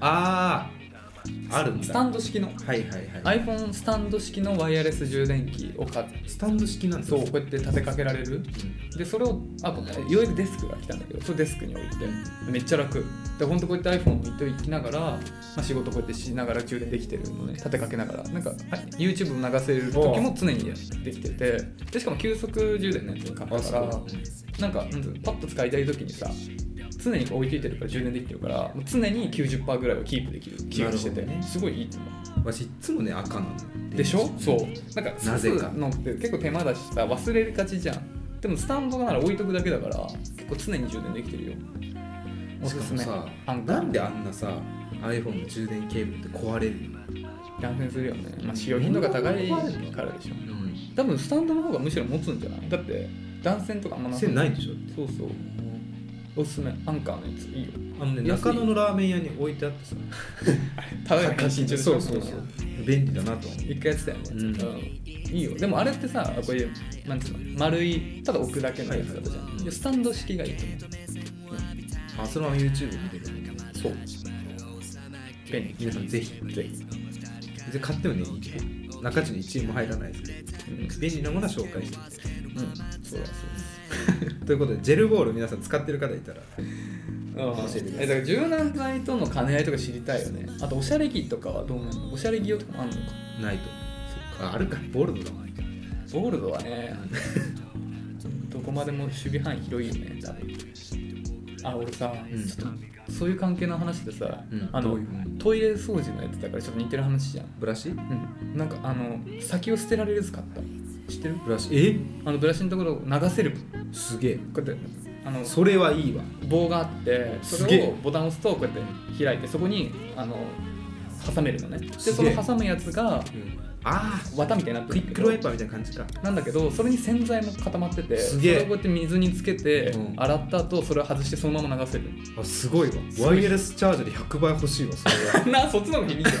Speaker 1: あああるん
Speaker 2: た
Speaker 1: だ
Speaker 2: スタンド式の
Speaker 1: はいはいはい
Speaker 2: iPhone スタンド式のワイヤレス充電器を買って
Speaker 1: スタンド式なんです
Speaker 2: そうこうやって立てかけられるでそれをあとねようやくデスクが来たんだけどそれデスクに置いてめっちゃ楽で本当こうやって iPhone を置いていきながら、まあ、仕事こうやってしながら充電できてるのね立てかけながらなんかはい YouTube を流せる時も常にできててでしかも急速充電のやつを買
Speaker 1: あ
Speaker 2: った
Speaker 1: そ
Speaker 2: から
Speaker 1: う
Speaker 2: なんかなんていうのパッと使いたい時にさ常にこう置いといてるから充電できてるからもう常に90%ぐらいはキープできる気がして
Speaker 1: な
Speaker 2: て、
Speaker 1: るほどね
Speaker 2: すごいいいと思う
Speaker 1: 私いつもね赤なの
Speaker 2: でしょそうなんか
Speaker 1: なぜか
Speaker 2: 刺すのって結構手間だしさ忘れがちじゃんでもスタンドなら置いとくだけだから結構常に充電できてるよお
Speaker 1: し
Speaker 2: す
Speaker 1: か
Speaker 2: す
Speaker 1: も
Speaker 2: め
Speaker 1: さ
Speaker 2: アンカー
Speaker 1: なんであんなさ iPhone の充電ケーブルって壊れるの
Speaker 2: 断線するよねまあ使用頻度が高いからでし
Speaker 1: う
Speaker 2: ょ
Speaker 1: ん
Speaker 2: 多分スタンドの方がむしろ持つんじゃないだって断線とかあんまな
Speaker 1: 線ないんでしょ
Speaker 2: そうそうおすすめアンカーのやついいよ
Speaker 1: あのね
Speaker 2: 安い
Speaker 1: 中野のラーメン屋に置いてあってさ
Speaker 2: ただ配信中でし
Speaker 1: そ
Speaker 2: ょ
Speaker 1: うそうそう便利だなと思う
Speaker 2: 一回やってたよね、
Speaker 1: うん
Speaker 2: いいよでもあれってさこういうなんつうの丸いただ置くだけのやつだったじゃん、
Speaker 1: はいはい
Speaker 2: でスタンド式がいいと思う
Speaker 1: あそのまま YouTube 見てるんだけど
Speaker 2: そう。便利。
Speaker 1: 皆さんぜひ
Speaker 2: ぜひ。
Speaker 1: 別に買ってもね中地に1円も入らないですけど
Speaker 2: うん。
Speaker 1: 便利なものは紹介してます
Speaker 2: そうだそうだ。
Speaker 1: ということでジェルボール皆さん使ってる方いたら
Speaker 2: うん
Speaker 1: 教えてください
Speaker 2: えだから柔軟剤との兼ね合いとか知りたいよね。あとおしゃれ着とかはどうなのおしゃれ着用とかもあるのか。
Speaker 1: ないとああるかボールドだもん
Speaker 2: ゴールドはね、 どこまでも守備範囲広いよね、多分。あ、俺さ、
Speaker 1: うん
Speaker 2: ちょっとそういう関係の話でさ、
Speaker 1: うん
Speaker 2: あ
Speaker 1: ど
Speaker 2: の
Speaker 1: ういう
Speaker 2: トイレ掃除のやつだからちょっと似てる話じゃん。
Speaker 1: ブラシ
Speaker 2: うん、なんかあの先を捨てられるやつ買った知ってる
Speaker 1: ブラシえ
Speaker 2: あのブラシのところを流せる
Speaker 1: すげえ
Speaker 2: こうやってあの
Speaker 1: それはいいわ
Speaker 2: 棒があって
Speaker 1: す
Speaker 2: そ
Speaker 1: げえ
Speaker 2: れをボタンを押すとこうやって開いてそこにあの挟めるのねですそ
Speaker 1: げえ
Speaker 2: の挟むやつが
Speaker 1: ああ
Speaker 2: 綿みたいになって
Speaker 1: クイッ
Speaker 2: るんだ
Speaker 1: ク
Speaker 2: け
Speaker 1: ル
Speaker 2: ど
Speaker 1: ワイパーみたいな感じか
Speaker 2: なんだけどそれに洗剤も固まってて
Speaker 1: す
Speaker 2: そ
Speaker 1: げえ
Speaker 2: れをこうやって水につけて
Speaker 1: うん
Speaker 2: 洗った後それを外してそのまま流せる
Speaker 1: あすごい
Speaker 2: すご
Speaker 1: わ
Speaker 2: い
Speaker 1: ワイヤレスチャージャーで100倍欲しいわそれ は
Speaker 2: なそっちの方が響いてる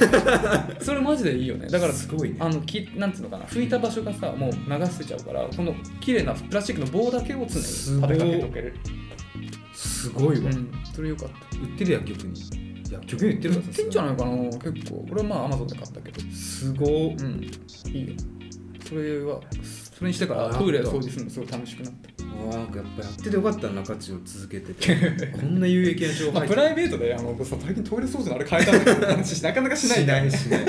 Speaker 2: それマジでいいよねだから
Speaker 1: すごいね
Speaker 2: あのきなんつうのかな拭いた場所がさもう流せちゃうからこの綺麗なプラスチックの棒だけを常に
Speaker 1: す
Speaker 2: 立
Speaker 1: ごい
Speaker 2: てかけておける、
Speaker 1: すごいうわ
Speaker 2: ん、それよかった
Speaker 1: 売ってる薬局に薬局に売ってる
Speaker 2: 売
Speaker 1: か
Speaker 2: っ
Speaker 1: らさ
Speaker 2: てんじゃないかな結構これはまあアマゾンで買ったけど
Speaker 1: すごっ
Speaker 2: うん、いいよ。それは、それにしてか
Speaker 1: あ
Speaker 2: らトイレ掃除するのすごい楽しくなっ
Speaker 1: あなんかやっぱやっててよかったな中地を続けて てこんな有益な情報
Speaker 2: た。まあ、
Speaker 1: 入っ
Speaker 2: プ
Speaker 1: て
Speaker 2: ライベートで、あの、さ最近トイレ掃除のあれ変えたんだけど、話なかなかしない
Speaker 1: し
Speaker 2: か
Speaker 1: な
Speaker 2: ら
Speaker 1: いしない
Speaker 2: うん。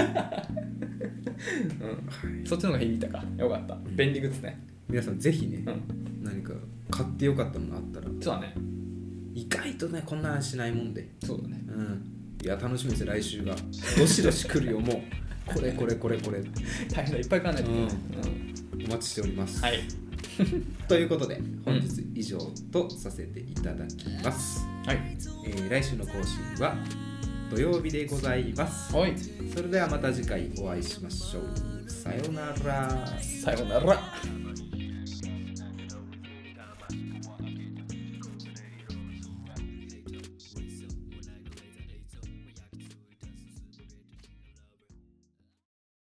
Speaker 2: そっちの方が響いたか。よかった。便利グッズね。
Speaker 1: 皆さんぜひね
Speaker 2: うん。
Speaker 1: 何か買ってよかったものあったら
Speaker 2: そうだね。
Speaker 1: 意外とねこんな話しないもんで
Speaker 2: そうだね。
Speaker 1: うんいや楽しみですよ来週がどしどし来るよもうこれこれこれこれ
Speaker 2: 大変だ、いっぱい買わないといけない。うん。
Speaker 1: お待ちしております、
Speaker 2: はい。
Speaker 1: ということで本日以上とさせていただきます、
Speaker 2: はい。
Speaker 1: えー来週の更新は土曜日でございます
Speaker 2: はい。
Speaker 1: それではまた次回お会いしましょうさようなら
Speaker 2: さようなら。